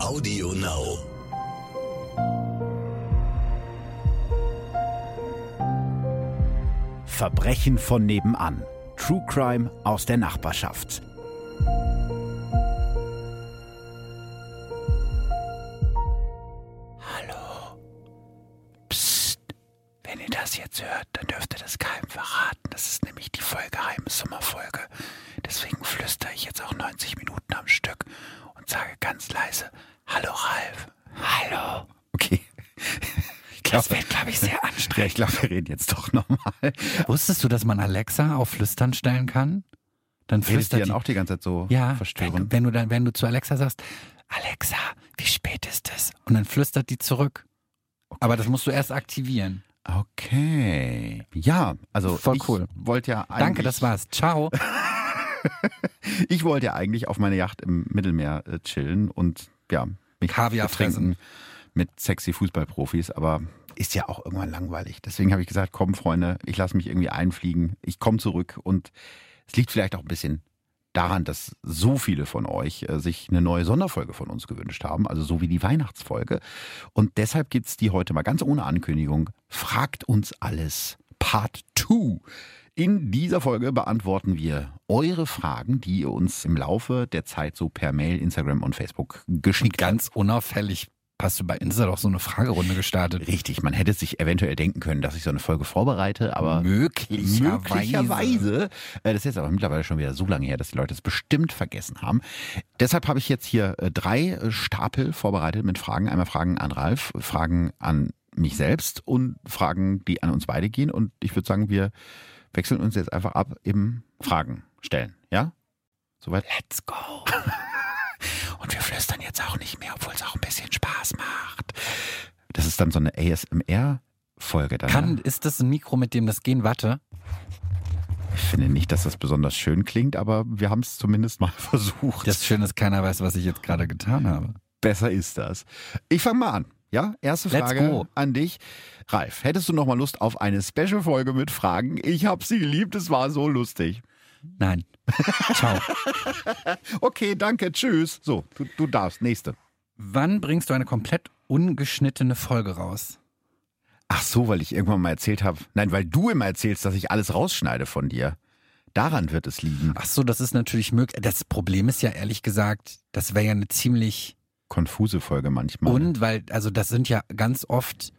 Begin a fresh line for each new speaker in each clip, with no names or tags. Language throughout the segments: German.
Audio Now.
Verbrechen von nebenan. True Crime aus der Nachbarschaft. Hallo. Psst. Wenn ihr das jetzt hört, dann dürft ihr das keinem verraten. Das ist nämlich die vollgeheime Sommerfolge. Deswegen flüstere ich jetzt auch 90 Minuten am Stück und sage ganz leise: Hallo, Ralf. Hallo. Okay. Ich
Das wird, glaube ich, sehr
ja,
anstrengend.
ich glaube, wir reden jetzt doch nochmal.
Wusstest du, dass man Alexa auf Flüstern stellen kann? Dann
Redest
flüstert
du dann auch die ganze Zeit so
ja, Wenn,
verstörend?
du- wenn du dann, wenn du zu Alexa sagst, Alexa, wie spät ist es? Und dann flüstert die zurück. Aber das musst du erst aktivieren.
Okay. Ja, also
Voll
ich
cool.
wollte ja eigentlich,
Danke, das war's. Ciao.
Ich wollte ja eigentlich auf meiner Yacht im Mittelmeer äh, chillen und ja, mich
Kaviar
betrinken mit sexy Fußballprofis, aber ist ja auch irgendwann langweilig. Deswegen habe ich gesagt, komm Freunde, ich lasse mich irgendwie einfliegen, ich komme zurück und es liegt vielleicht auch ein bisschen daran, dass so viele von euch äh, sich eine neue Sonderfolge von uns gewünscht haben, also so wie die Weihnachtsfolge. Und deshalb gibt's die heute mal ganz ohne Ankündigung. Fragt uns alles. Part 2. In dieser Folge beantworten wir eure Fragen, die ihr uns im Laufe der Zeit so per Mail, Instagram und Facebook geschickt habt.
Ganz unauffällig hast du bei Insta doch so eine Fragerunde gestartet.
Richtig, man hätte sich eventuell denken können, dass ich so eine Folge vorbereite, aber
Möglicherweise.
möglicherweise. Äh, Das ist jetzt aber mittlerweile schon wieder so lange her, dass die Leute es bestimmt vergessen haben. Deshalb habe ich jetzt hier äh, drei äh, Stapel vorbereitet mit Fragen. Einmal Fragen an Ralf, Fragen an mich selbst und Fragen, die an uns beide gehen. Und ich würde sagen, wir wechseln uns jetzt einfach ab im Fragen stellen. Ja? Soweit? Let's go. und wir flüstern jetzt auch nicht mehr, obwohl es auch ein bisschen Spaß macht. Das ist dann so eine ASMR-Folge dann.
Kann,
ne?
ist das ein Mikro, mit dem das gehen? Warte.
Ich finde nicht, dass das besonders schön klingt, aber wir haben es zumindest mal versucht.
Das Schöne ist, keiner weiß, was ich jetzt gerade getan habe.
Besser ist das. Ich fange mal an. Ja, erste
Let's
Frage
go.
an dich. Ralf, hättest du noch mal Lust auf eine Special-Folge mit Fragen? Ich habe sie geliebt, es war so lustig.
Nein. Ciao.
Okay, danke, tschüss. So, du, du darfst, nächste.
Wann bringst du eine komplett ungeschnittene Folge raus?
Ach so, weil ich irgendwann mal erzählt habe. Nein, weil du immer erzählst, dass ich alles rausschneide von dir. Daran wird es liegen.
Ach so, das ist natürlich möglich. Das Problem ist ja ehrlich gesagt, das wäre ja eine ziemlich
Konfuse Folge manchmal.
und weil also das sind ja ganz oft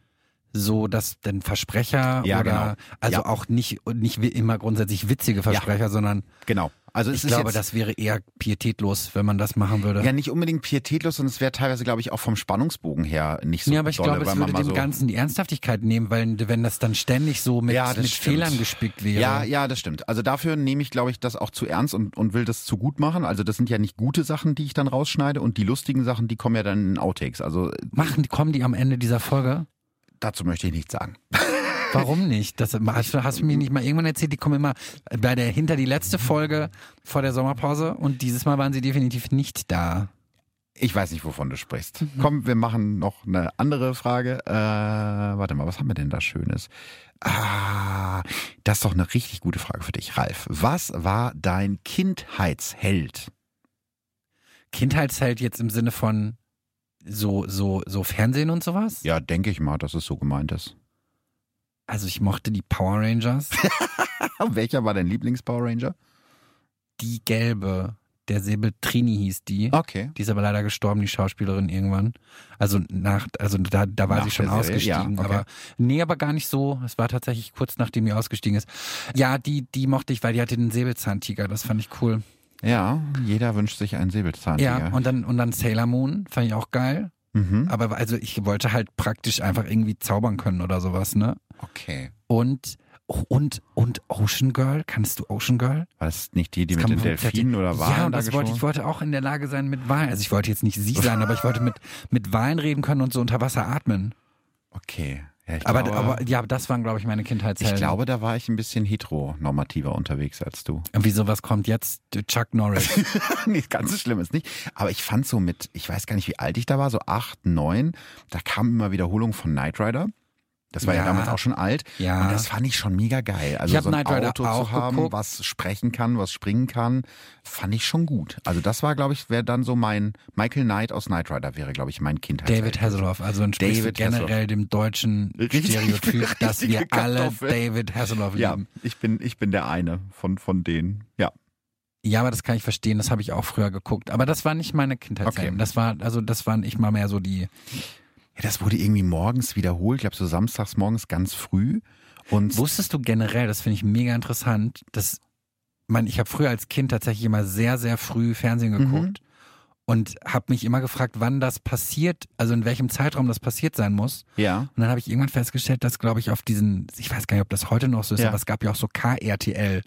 so, dass dann Versprecher
Ja, genau.
oder also
Ja.
auch nicht und nicht wi- immer grundsätzlich witzige Versprecher, sondern
Genau. Also es
ich
ist
glaube,
jetzt,
das wäre eher pietätlos, wenn man das machen würde.
Ja, nicht unbedingt pietätlos, sondern es wäre teilweise, glaube ich, auch vom Spannungsbogen her nicht so
ja, aber ich
dolle,
glaube, es
weil man
würde
mal
dem
so
Ganzen die Ernsthaftigkeit nehmen, weil wenn das dann ständig so mit,
Ja, das
mit
stimmt.
Fehlern gespickt wäre.
ja, ja, das stimmt. Also dafür nehme ich, glaube ich, das auch zu ernst und, und will das zu gut machen. Also das sind ja nicht gute Sachen, die ich dann rausschneide und die lustigen Sachen, die kommen ja dann in Outtakes. Also äh,
Machen, kommen die am Ende dieser Folge?
dazu möchte ich nichts sagen.
Warum nicht? Das hast, du- hast du mir nicht mal irgendwann erzählt, die kommen immer bei der hinter die letzte Folge vor der Sommerpause und dieses Mal waren sie definitiv nicht da.
Ich weiß nicht, wovon du sprichst.
Mhm.
Komm, wir machen noch eine andere Frage. Äh, warte mal, was haben wir denn da Schönes? Ah, das ist doch eine richtig gute Frage für dich, Ralf. Was war dein Kindheitsheld?
Kindheitsheld jetzt im Sinne von so, so, so Fernsehen und sowas?
Ja, denke ich mal, dass es so gemeint ist.
Also ich mochte die Power Rangers,
Welcher war dein Lieblings-Power Ranger?
die gelbe, der Säbeltrini hieß die.
Okay.
Die ist aber leider gestorben, die Schauspielerin irgendwann. Also nach, also da, da war
Nach
sie schon
der Serie,
ausgestiegen.
ja, okay.
Aber nee, aber gar nicht so. Es war tatsächlich kurz nachdem die ausgestiegen ist. Ja, die, die mochte ich, weil die hatte den Säbelzahntiger. Das fand ich cool.
Ja, jeder wünscht sich einen Säbelzahntiger.
Ja, und dann und dann Sailor Moon fand ich auch geil.
mhm.
Aber also ich wollte halt praktisch einfach irgendwie zaubern können oder sowas, ne?
Okay.
Und oh, und und Ocean Girl, kannst du Ocean Girl?
War das nicht die, die
Das
mit
kann
den
man-
Delfinen oder Walen
Ja, und
da
das wollte ich
geschwommen?
wollte auch in der Lage sein mit Wahlen. Also ich wollte jetzt nicht sie sein, aber ich wollte mit mit Wahlen reden können und so unter Wasser atmen.
Okay. Ja, ich
Aber,
glaube,
aber ja, das waren, glaube ich, meine
ich
Kindheitshelden.
glaube, da war ich ein bisschen heteronormativer unterwegs als du.
Wieso, was kommt jetzt? Chuck Norris.
nee, ganz so schlimm ist nicht. Aber ich fand so mit, ich weiß gar nicht, wie alt ich da war, so acht, neun, da kamen immer Wiederholungen von Knight Rider. Das war ja,
Ja.
damals auch schon alt.
Ja.
Und das fand ich schon mega geil. Also
Ich hab
so ein
Knight Rider
Auto
auch
zu haben,
geguckt.
was sprechen kann, was springen kann, fand ich schon gut. Also das war, glaube ich, wäre dann so mein Michael Knight aus Knight Rider wäre, glaube ich, mein Kindheit.
David Hasselhoff, also entspricht
David
generell
Hasselhoff.
dem deutschen
Richtig,
Stereotyp, dass
richtige
wir alle
Kartoffel.
David Hasselhoff
Ja,
lieben.
ich bin, ich bin der eine von, von denen. Ja.
Ja, aber das kann ich verstehen, das habe ich auch früher geguckt. Aber das war nicht meine Kindheit.
Okay.
Das war, also das waren ich mal mehr so die.
ja. Das wurde irgendwie morgens wiederholt, ich glaube so samstags morgens ganz früh. Und
Wusstest du generell, das finde ich mega interessant, dass man, ich habe früher als Kind tatsächlich immer sehr, sehr früh Fernsehen
Mhm.
geguckt und habe mich immer gefragt, wann das passiert, also in welchem Zeitraum das passiert sein muss.
ja.
Und dann habe ich irgendwann festgestellt, dass, glaube ich, auf diesen, ich weiß gar nicht, ob das heute noch so ist,
Ja.
aber es gab ja auch so KRTL.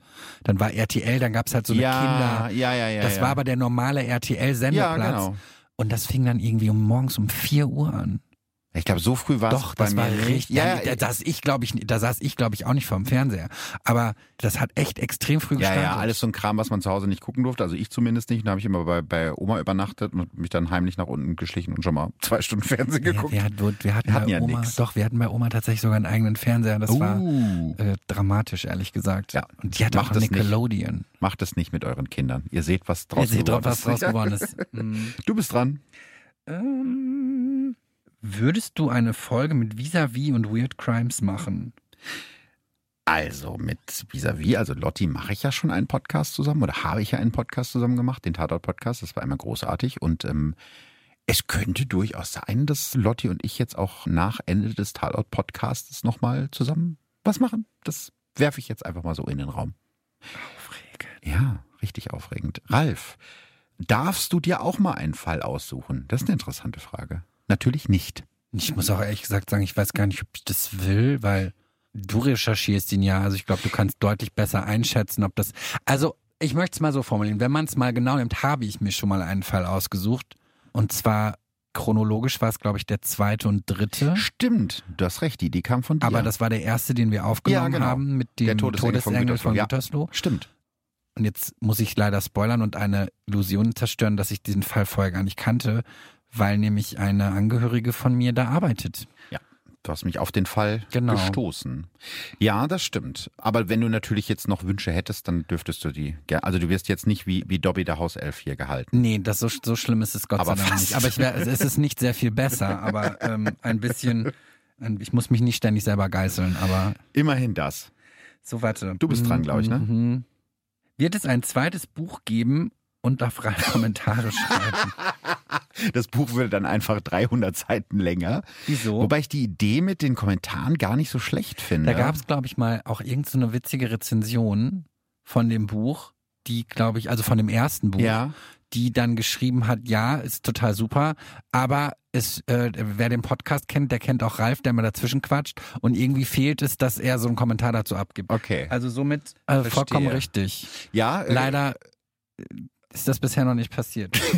Dann war RTL, dann gab es halt so eine
ja,
Kinder.
ja, ja, ja.
Das
ja.
war aber der normale
ja,
RTL-Sendeplatz.
genau.
Und das fing dann irgendwie um morgens um 4 Uhr an.
Ich glaube, so früh war
Doch,
es bei
das
mir
war richtig.
Ja,
da,
ja, äh,
da saß ich, glaube ich, da saß ich, glaube ich, auch nicht vorm Fernseher. Aber das hat echt extrem früh
Ja,
gestartet.
ja, alles so ein Kram, was man zu Hause nicht gucken durfte. Also ich zumindest nicht. Und Da habe ich immer bei, bei Oma übernachtet und mich dann heimlich nach unten geschlichen und schon mal zwei Stunden Fernsehen
Ja,
geguckt.
wir, hat- wir hatten,
Wir hatten
bei
ja
Oma,
nix.
doch, wir hatten bei Oma tatsächlich sogar einen eigenen Fernseher. Das war
Uh,
äh, dramatisch, ehrlich gesagt.
Ja.
Und die hat auch
Macht das nicht.
Nickelodeon.
macht es nicht mit euren Kindern. Ihr seht, was
Ihr
draus
seht drauf,
geworden
was
ist.
draus
Ja.
geworden ist. Mhm.
Du bist dran.
Ähm, würdest du eine Folge mit Vis-a-vis und Weird Crimes machen?
Also mit Visavi, also Lotti, mache ich ja schon einen Podcast zusammen oder habe ich ja einen Podcast zusammen gemacht, den Tatort-Podcast. Das war einmal großartig und ähm, es könnte durchaus sein, dass Lotti und ich jetzt auch nach Ende des Tatort-Podcasts nochmal zusammen was machen. Das werfe ich jetzt einfach mal so in den Raum.
Aufregend.
Ja, richtig aufregend. Ralf, darfst du dir auch mal einen Fall aussuchen? Das ist eine interessante Frage. Natürlich nicht.
Ich muss auch ehrlich gesagt sagen, ich weiß gar nicht, ob ich das will, weil du recherchierst ihn ja. Also ich glaube, du kannst deutlich besser einschätzen, ob das. Also ich möchte es mal so formulieren. Wenn man es mal genau nimmt, habe ich mir schon mal einen Fall ausgesucht. Und zwar chronologisch war es, glaube ich, der zweite und dritte.
Stimmt, du hast recht, die Idee kam von dir.
Hm? Aber das war der erste, den wir aufgenommen
Ja, genau.
haben mit dem
Der
Todesengel,
Todesengel von Gütersloh,
von
ja.
Gütersloh.
stimmt.
und jetzt muss ich leider spoilern und eine Illusion zerstören, dass ich diesen Fall vorher gar nicht kannte, weil nämlich eine Angehörige von mir da arbeitet.
Du hast mich auf den Fall
Genau.
gestoßen. Ja, das stimmt. Aber wenn du natürlich jetzt noch Wünsche hättest, dann dürftest du die. ger- Also du wirst jetzt nicht wie, wie Dobby der Hauself hier gehalten.
Nee, das so, so schlimm ist es Gott
Aber
sei Dank
fast.
nicht. Aber ich wär, es ist nicht sehr viel besser, aber ähm, ein bisschen, ein- ich muss mich nicht ständig selber geißeln, aber
Immerhin das.
so warte.
Du bist dran, glaub ich, ne?
Mhm. Wird es ein zweites Buch geben und darf Ralf Kommentare schreiben?
Das Buch würde dann einfach 300 Seiten länger.
Wieso?
Wobei ich die Idee mit den Kommentaren gar nicht so schlecht finde.
Oh. Da gab es, glaube ich, mal auch irgendeine so eine witzige Rezension von dem Buch, die, glaube ich, also von dem ersten Buch,
Ja,
die dann geschrieben hat, ja, ist total super, aber es, äh, wer den Podcast kennt, der kennt auch Ralf, der mal dazwischen quatscht und irgendwie fehlt es, dass er so einen Kommentar dazu abgibt.
okay.
Also somit äh,
Verstehe.
vollkommen richtig.
Ja, äh,
Leider äh, ist das bisher noch nicht passiert.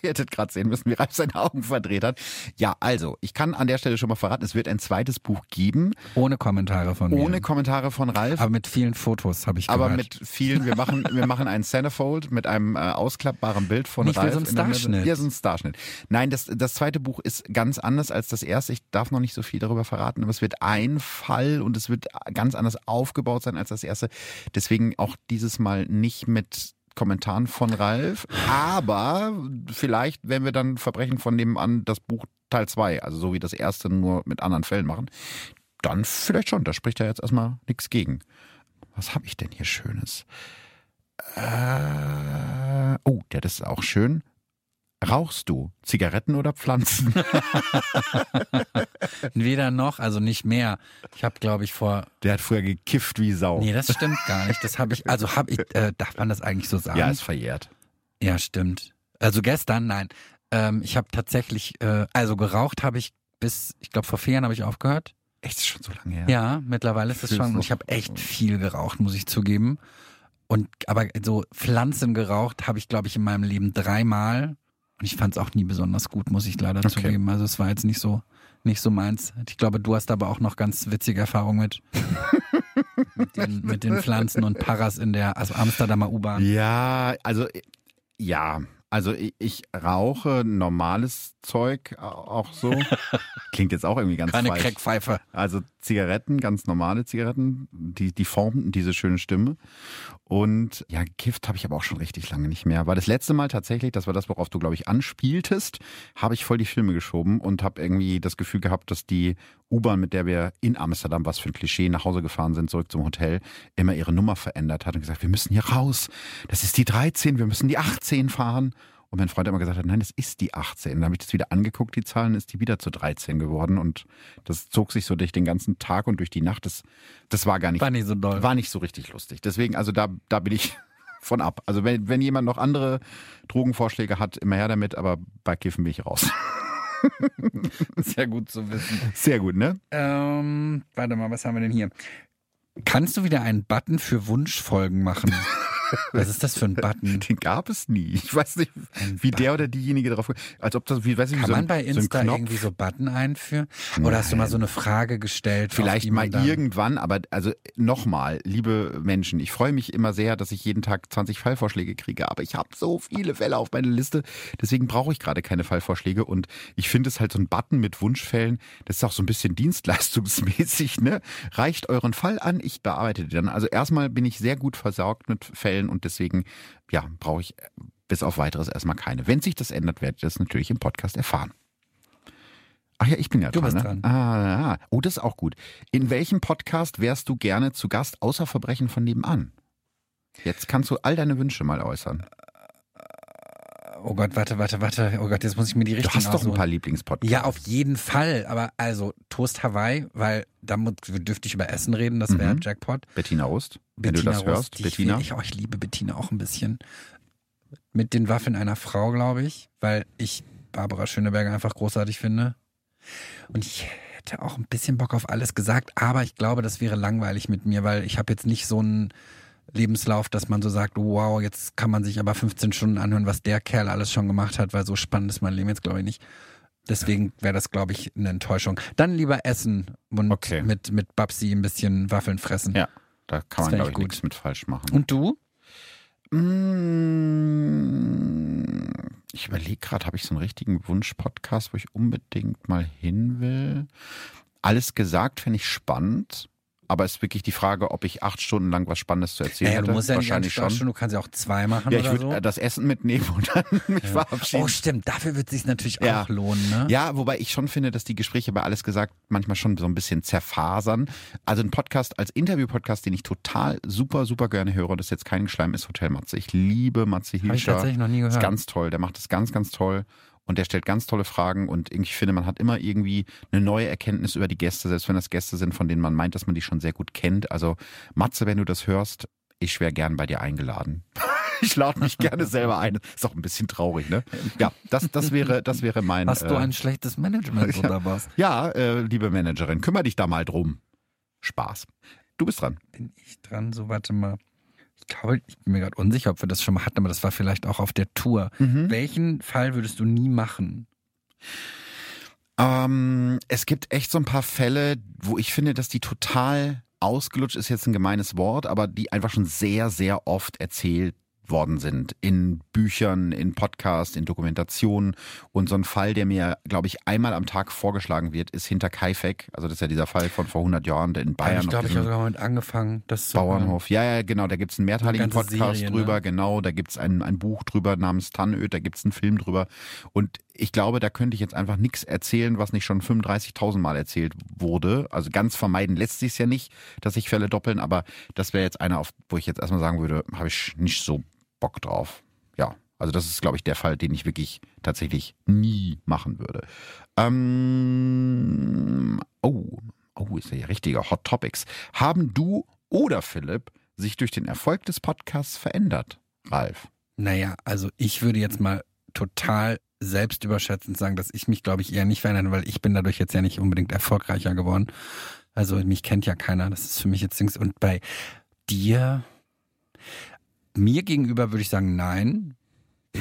Ihr hättet gerade sehen müssen, wie Ralf seine Augen verdreht hat. Ja, also, ich kann an der Stelle schon mal verraten, es wird ein zweites Buch geben,
Ohne Kommentare von
ohne
mir.
Kommentare von Ralf.
aber mit vielen Fotos habe ich
Aber
gehört.
mit vielen, wir machen, wir machen einen Centerfold mit einem äh, ausklappbaren Bild von
Ich will
Ralf.
so einen
in der Mitte.
Starschnitt.
Ja, so einen Starschnitt. Nein, das, das zweite Buch ist ganz anders als das erste. Ich darf noch nicht so viel darüber verraten, aber es wird ein Fall und es wird ganz anders aufgebaut sein als das erste. Deswegen auch dieses Mal nicht mit Kommentaren von Ralf. Aber vielleicht, wenn wir dann Verbrechen von nebenan das Buch Teil 2, also so wie das erste, nur mit anderen Fällen machen, dann vielleicht schon. Da spricht ja jetzt erstmal nichts gegen. Was habe ich denn hier Schönes? Äh, oh, der, das ist auch schön. Rauchst du Zigaretten oder Pflanzen?
Weder noch, also nicht mehr. Ich habe, glaube ich, vor
Der hat früher gekifft wie Sau.
Nee, das stimmt gar nicht. Das habe ich, also habe ich, äh, darf man das eigentlich so sagen?
ja, ist verjährt.
ja stimmt. Also gestern, nein. Ähm, ich habe tatsächlich, äh, also geraucht habe ich bis, ich glaube vor vier Jahren habe ich aufgehört.
Echt, ist schon so lange her.
Ja, mittlerweile ist es
Fühlst
schon,
noch-
ich habe echt viel geraucht, muss ich zugeben. Und, aber so Pflanzen geraucht habe ich, glaube ich, in meinem Leben dreimal. Und ich fand es auch nie besonders gut, muss ich leider
Okay.
zugeben. Also es war jetzt nicht so, nicht so meins. Ich glaube, du hast aber auch noch ganz witzige Erfahrungen mit. mit, den, also mit den Pflanzen und Paras in der Amsterdamer U-Bahn.
Ja, also, äh, ja. Also ich, ich rauche normales Zeug au- auch so. Klingt jetzt auch irgendwie ganz
Keine
falsch.
Crackpfeife.
Also Zigaretten, ganz normale Zigaretten, die, die formten diese schöne Stimme. Und ja, gekifft habe ich aber auch schon richtig lange nicht mehr. War das letzte Mal tatsächlich, das war das, worauf du, glaube ich, anspieltest, habe ich voll die Filme geschoben und habe irgendwie das Gefühl gehabt, dass die U-Bahn, mit der wir in Amsterdam, was für ein Klischee, nach Hause gefahren sind, zurück zum Hotel, immer ihre Nummer verändert hat und gesagt, wir müssen hier raus. Das ist die 13, wir müssen die 18 fahren. Und mein Freund hat immer gesagt hat, nein, das ist die 18. Dann habe ich das wieder angeguckt, die Zahlen, ist die wieder zu 13 geworden. Und das zog sich so durch den ganzen Tag und durch die Nacht. Das, das war gar nicht
War nicht so doll.
war nicht so richtig lustig. Deswegen, also da, da bin ich von ab. Also wenn, wenn jemand noch andere Drogenvorschläge hat, immer her damit, aber bei Kiffen bin ich raus.
Sehr gut zu wissen.
Sehr gut, ne?
Ähm, warte mal, was haben wir denn hier? Kannst du wieder einen Button für Wunschfolgen machen? was ist das für ein Button?
Den gab es nie. Ich weiß nicht,
Ein
wie der oder diejenige drauf. Als ob das, wie weiß ich, wie
Kann
so
man
ein-
bei
so ein
Insta
Knopf.
irgendwie so Button einführen? Oder hast du mal so eine Frage gestellt? auf die
Vielleicht
man
mal
dann-
irgendwann, aber also nochmal, liebe Menschen, ich freue mich immer sehr, dass ich jeden Tag 20 Fallvorschläge kriege, aber ich habe so viele Fälle auf meiner Liste, deswegen brauche ich gerade keine Fallvorschläge und ich finde es halt so ein Button mit Wunschfällen, das ist auch so ein bisschen dienstleistungsmäßig, ne? Reicht euren Fall an, ich bearbeite den dann. Also erstmal bin ich sehr gut versorgt mit Fällen und deswegen, ja, brauche ich bis auf weiteres erstmal keine. Wenn sich das ändert, werdet ihr das natürlich im Podcast erfahren. Ach ja, ich bin ja
Du
dran.
bist
ne?
dran.
Ah, ah. oh, das ist auch gut. In welchem Podcast wärst du gerne zu Gast, außer Verbrechen von nebenan? Jetzt kannst du all deine Wünsche mal äußern.
Oh Gott, warte, warte, warte. Oh Gott, jetzt muss ich mir die
Du
richtigen
hast doch ein
aussuchen.
paar Lieblingspodcasts.
Ja, auf jeden Fall. Aber also Toast Hawaii, weil da mu- dürfte ich über Essen reden, das wäre
Mhm.
Jackpot.
Bettina Rust, wenn
Bettina
du das
Rost,
hörst.
die
Bettina,
Ich, ich, oh, ich liebe Bettina auch ein bisschen. Mit den Waffeln einer Frau, glaube ich, weil ich Barbara Schöneberger einfach großartig finde. Und ich hätte auch ein bisschen Bock auf alles gesagt, aber ich glaube, das wäre langweilig mit mir, weil ich habe jetzt nicht so einen Lebenslauf, dass man so sagt, wow, jetzt kann man sich aber 15 Stunden anhören, was der Kerl alles schon gemacht hat, weil so spannend ist mein Leben jetzt, glaube ich, nicht. Deswegen wäre das, glaube ich, eine Enttäuschung. Dann lieber essen und
Okay.
mit, mit Babsi ein bisschen Waffeln fressen.
Ja. da kann
Das
man,
wär
glaube ich,
echt gut.
nichts mit falsch machen.
Und du?
Mm, Ich überlege gerade, habe ich so einen richtigen Wunsch-Podcast, wo ich unbedingt mal hin will? Alles gesagt fände ich spannend, aber es ist wirklich die Frage, ob ich acht Stunden lang was Spannendes zu erzählen
Naja,
hätte.
du musst ja nicht
Wahrscheinlich
ganz
schon.
schon. schon, du kannst ja auch zwei machen
Ja, ich äh,
oder
würde
so.
das Essen mitnehmen und dann mich verabschieden.
oh, stimmt, dafür wird es sich natürlich
Ja.
auch lohnen, ne?
Ja, wobei ich schon finde, dass die Gespräche bei alles gesagt manchmal schon so ein bisschen zerfasern. Also ein Podcast als Interview-Podcast, den ich total super, super gerne höre, und das ist jetzt kein Geschleim, ist Hotel Matze. Ich liebe Matze Hilscher.
Habe ich tatsächlich noch nie
Ist
gehört.
ganz toll. Der macht das ganz, ganz toll. Und der stellt ganz tolle Fragen und irgendwie- ich finde, man hat immer irgendwie eine neue Erkenntnis über die Gäste, selbst wenn das Gäste sind, von denen man meint, dass man die schon sehr gut kennt. Also Matze, wenn du das hörst, ich wäre gern bei dir eingeladen. Ich lade mich gerne selber ein. Ist auch ein bisschen traurig, ne? Ja, das, das wäre, das wäre mein.
Hast du
äh,
ein schlechtes Management
ja.
oder was?
ja, äh, liebe Managerin, kümmere dich da mal drum. Spaß. Du bist dran.
Bin ich dran? So, warte mal. Ich glaube, ich bin mir gerade unsicher, ob wir das schon mal hatten, aber das war vielleicht auch auf der Tour.
Hm?
Welchen Fall würdest du nie machen?
Ähm, es gibt echt so ein paar Fälle, wo ich finde, dass die total ausgelutscht ist jetzt ein gemeines Wort, aber die einfach schon sehr, sehr oft erzählt worden sind. In Büchern, in Podcasts, in Dokumentationen. Und so ein Fall, der mir, glaube ich, einmal am Tag vorgeschlagen wird, ist hinter Kaifek. Also das ist ja dieser Fall von vor 100 Jahren, der in Bayern
ich
auf
glaube, ich
diesem-
habe sogar mit angefangen, das zu
Bauernhof. Ja, ja, genau. Da gibt's einen mehrteiligen
Eine ganze
Podcast
Serie, ne?
drüber, genau. Da gibt's ein, ein Buch drüber namens Tannöd, da gibt's einen Film drüber. Und ich glaube, da könnte ich jetzt einfach nichts erzählen, was nicht schon 35.000 Mal erzählt wurde. Also ganz vermeiden lässt sich's ja nicht, dass sich Fälle doppeln, aber das wäre jetzt einer, auf, wo ich jetzt erstmal sagen würde, habe ich nicht so Bock drauf. Ja. Also das ist, glaube ich, der Fall, den ich wirklich tatsächlich nie machen würde. Ähm, oh, oh, ist ja richtiger Hot Topics. Haben du oder Philipp sich durch den Erfolg des Podcasts verändert, Ralf?
Naja, also ich würde jetzt mal total selbstüberschätzend sagen, dass ich mich, glaube ich, eher nicht verändert, weil ich bin dadurch jetzt ja nicht unbedingt erfolgreicher geworden. Also mich kennt ja keiner. Das ist für mich jetzt Dings. Und bei dir, mir gegenüber würde ich sagen, nein. Äh,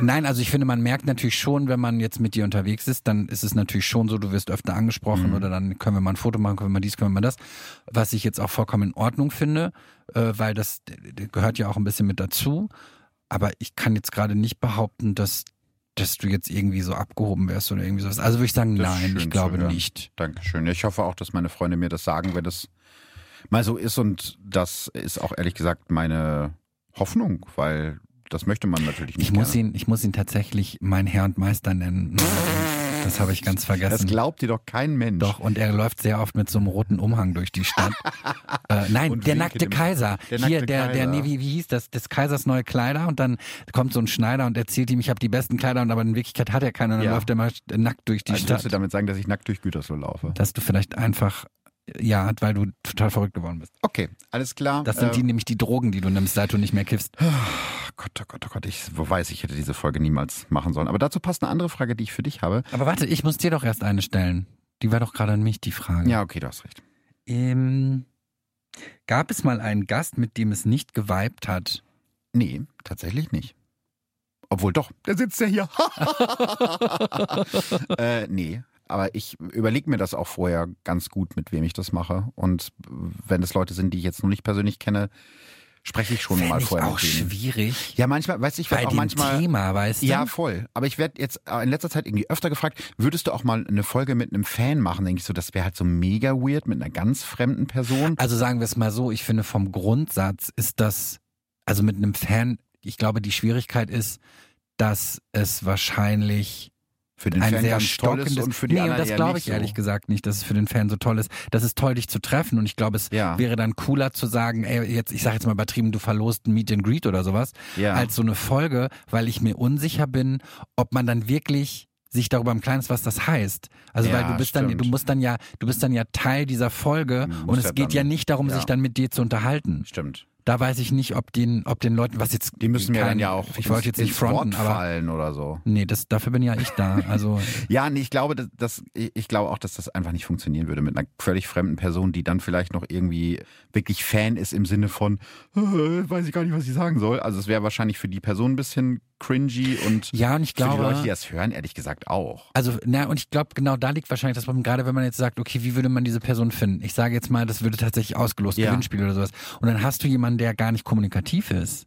Nein, also ich finde, man merkt natürlich schon, wenn man jetzt mit dir unterwegs ist, dann ist es natürlich schon so, du wirst öfter angesprochen
Mhm.
oder dann können wir mal ein Foto machen, können wir mal dies, können wir mal das. Was ich jetzt auch vollkommen in Ordnung finde, äh, weil das d- d- gehört ja auch ein bisschen mit dazu. Aber ich kann jetzt gerade nicht behaupten, dass, dass du jetzt irgendwie so abgehoben wärst oder irgendwie sowas. Also würde ich sagen,
Das ist
nein,
schön
ich
zu
glaube
hören.
nicht.
Dankeschön. Ich hoffe auch, dass meine Freunde mir das sagen, wenn das mal so ist. Und das ist auch ehrlich gesagt meine Hoffnung, weil das möchte man natürlich nicht.
Ich muss,
gerne.
ihn, ich muss ihn tatsächlich mein Herr und Meister nennen. Das habe ich ganz
das
vergessen.
glaubt dir doch kein Mensch.
Doch, und er läuft sehr oft mit so einem roten Umhang durch die Stadt. äh, nein,
Und
der
winkt
nackte
dem-
Kaiser.
der
Hier,
nackte
der, der,
Kaiser.
nee, wie, wie hieß das? Des Kaisers neue Kleider und dann kommt so ein Schneider und erzählt ihm, ich habe die besten Kleider und aber in Wirklichkeit hat er keine und dann
Ja.
läuft er mal nackt durch die
also ich
Stadt.
müsste damit sagen, dass ich nackt durch Gütersloh laufe.
Dass du vielleicht einfach, ja, weil du total verrückt geworden bist.
Okay, alles klar.
Das sind
Äh,
die nämlich die Drogen, die du nimmst, seit du nicht mehr kiffst.
Oh Gott, oh Gott, oh Gott, ich weiß, ich hätte diese Folge niemals machen sollen. Aber dazu passt eine andere Frage, die ich für dich habe.
Aber warte, ich muss dir doch erst eine stellen. Die war doch gerade an mich, die Frage.
Ja, okay, du hast recht.
Ähm, gab es mal einen Gast, mit dem es nicht geweibt hat?
Nee, tatsächlich nicht. Obwohl doch, der sitzt ja hier. äh, nee, aber ich überlege mir das auch vorher ganz gut, mit wem ich das mache. Und wenn es Leute sind, die ich jetzt noch nicht persönlich kenne, spreche ich schon
Fänd
mal
ich
vorher mit
auch
denen.
schwierig.
Ja, manchmal, weißt du, ich
bei
werde auch
dem
manchmal.
Thema, weißt du?
Ja, voll. Aber ich werde jetzt äh, in letzter Zeit irgendwie öfter gefragt, würdest du auch mal eine Folge mit einem Fan machen? Denke ich so, das wäre halt so mega weird mit einer ganz fremden Person.
Also sagen wir es mal so, ich finde vom Grundsatz ist das, also mit einem Fan, ich glaube die Schwierigkeit ist, dass es wahrscheinlich
Für den
ein
Fan
sehr
ganz toll ist
stockendes...
und für die
nee, und
anderen
das
eher
glaube
nicht
ich
so.
ehrlich gesagt nicht, dass es für den Fan so toll ist. Das ist toll, dich zu treffen und ich glaube, es
Ja.
wäre dann cooler zu sagen, ey, jetzt, ich sage jetzt mal übertrieben, du verlost ein Meet and Greet oder sowas,
Ja.
als so eine Folge, weil ich mir unsicher bin, ob man dann wirklich sich darüber im Kleinen ist, was das heißt. Also
Ja,
weil du bist dann,
stimmt.
du musst dann ja, du bist dann ja Teil dieser Folge
Du musst
und es
ja
geht ja
dann-
nicht darum,
ja.
sich dann mit dir zu unterhalten.
Stimmt.
Da weiß ich nicht, ob den, ob den Leuten, was jetzt
Die müssen mir
kein-
dann ja auch
ich wollte
ins-
jetzt nicht
ins
fronten,
Wort
aber
fallen oder so.
nee, das, dafür bin ja ich da. Also
Ja, nee, ich glaube, dass, dass ich ich glaube auch, dass das einfach nicht funktionieren würde mit einer völlig fremden Person, die dann vielleicht noch irgendwie wirklich Fan ist im Sinne von "Äh, weiß ich gar nicht, was ich sagen soll. Also es wäre wahrscheinlich für die Person ein bisschen cringy und
ja, und ich
für die
glaube,
Leute, die das hören, ehrlich gesagt auch.
Also, na, und ich glaube, genau da liegt wahrscheinlich das Problem, gerade wenn man jetzt sagt, okay, wie würde man diese Person finden? Ich sage jetzt mal, das würde tatsächlich ausgelost,
Ja.
Gewinnspiel oder sowas. Und dann hast du jemanden, der gar nicht kommunikativ ist.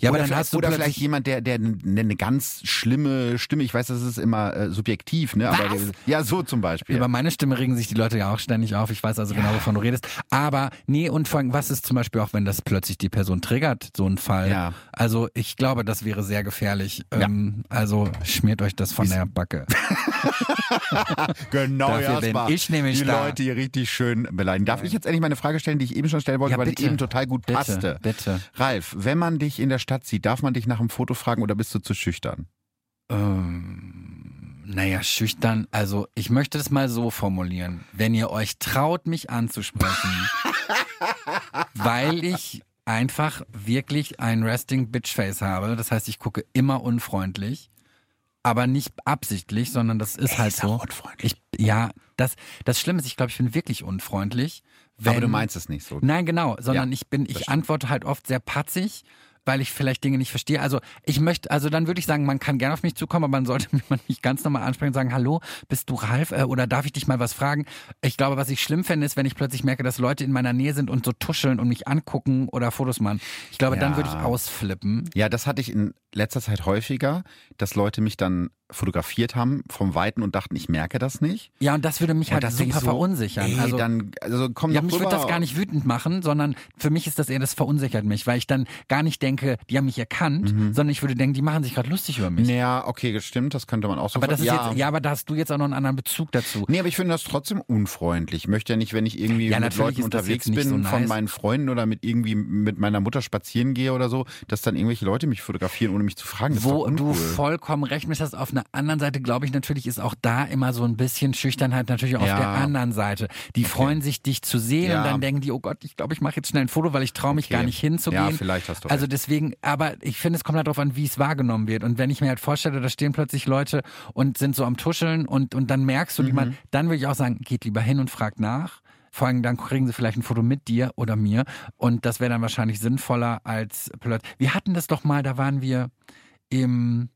Ja,
oder
aber dann
vielleicht-
hast du
oder
plötzlich-
vielleicht jemand, der, der eine, eine ganz schlimme Stimme, ich weiß, das ist immer äh, subjektiv, ne? Aber
Was?
der, ja, so zum Beispiel.
Über meine Stimme regen sich die Leute ja auch ständig auf. Ich weiß also genau, wovon du redest. Aber nee, und vor allem, was ist zum Beispiel auch, wenn das plötzlich die Person triggert, so ein Fall?
Ja.
Also ich glaube, das wäre sehr gefährlich.
Ja.
Ähm, also schmiert euch das von der Backe.
Genau,
Dafür
ja,
bin
Spaß.
ich nämlich
die
da.
Leute hier richtig schön beleidigen. Darf ich jetzt endlich meine Frage stellen, die ich eben schon stellen wollte,
Ja,
weil
bitte.
die eben total gut
Bitte,
passte?
bitte.
Ralf, wenn man dich in der Stadt sieht, darf man dich nach einem Foto fragen oder bist du zu schüchtern?
Ähm, naja, schüchtern. Also, ich möchte das mal so formulieren. Wenn ihr euch traut, mich anzusprechen, weil ich einfach wirklich ein Resting Bitch Face habe. Das heißt, ich gucke immer unfreundlich, aber nicht absichtlich, sondern das ist halt so.
unfreundlich.
Ich, ja, das, das Schlimme ist, ich glaube, ich bin wirklich unfreundlich. Wenn,
Aber du meinst es nicht so.
Nein, genau, sondern
Ja,
ich bin, ich antworte halt oft sehr patzig, weil ich vielleicht Dinge nicht verstehe. Also ich möchte, also dann würde ich sagen, man kann gerne auf mich zukommen, aber man sollte man mich ganz normal ansprechen und sagen, hallo, bist du Ralf äh, oder darf ich dich mal was fragen? Ich glaube, was ich schlimm fände, ist, wenn ich plötzlich merke, dass Leute in meiner Nähe sind und so tuscheln und mich angucken oder Fotos machen. Ich glaube, dann
Ja.
würde ich ausflippen.
Ja, das hatte ich in letzter Zeit häufiger, dass Leute mich dann fotografiert haben vom Weiten und dachten, ich merke das nicht.
Ja, und das würde mich
Und
halt
das
super
denk ich so,
verunsichern.
Ey,
also,
dann, also komm
Ja,
doch
mich würde
rüber.
das gar nicht wütend machen, sondern für mich ist das eher, das verunsichert mich, weil ich dann gar nicht denke, die haben mich erkannt,
Mhm.
sondern ich würde denken, die machen sich gerade lustig über mich.
Naja, okay, das stimmt, das könnte man auch so
Aber das ist
ja.
jetzt, ja, aber da hast du jetzt auch noch einen anderen Bezug dazu.
Nee, aber ich finde das trotzdem unfreundlich. Ich möchte ja nicht, wenn ich irgendwie
Ja,
mit
natürlich
Leuten
ist das
unterwegs
jetzt nicht
bin
so
und von
nice.
meinen Freunden oder mit irgendwie mit meiner Mutter spazieren gehe oder so, dass dann irgendwelche Leute mich fotografieren, ohne mich zu fragen. Das
Wo
ist doch
du
uncool.
vollkommen recht mit hast, auf einer anderen Seite, glaube ich, natürlich ist auch da immer so ein bisschen Schüchternheit natürlich auch
Ja.
auf der anderen Seite. Die freuen sich, dich zu sehen
Ja.
und dann denken die, oh Gott, ich glaube, ich mache jetzt schnell ein Foto, weil ich traue mich
Okay.
gar nicht hinzugehen.
Ja, vielleicht hast du
Also
recht.
deswegen, aber ich finde, es kommt halt darauf an, wie es wahrgenommen wird. Und wenn ich mir halt vorstelle, da stehen plötzlich Leute und sind so am Tuscheln und, und dann merkst du, wie man,
Mhm.
dann würde ich auch sagen, geht lieber hin und fragt nach. Vor allem dann kriegen sie vielleicht ein Foto mit dir oder mir. Und das wäre dann wahrscheinlich sinnvoller als plötzlich. Wir hatten das doch mal, da waren wir im,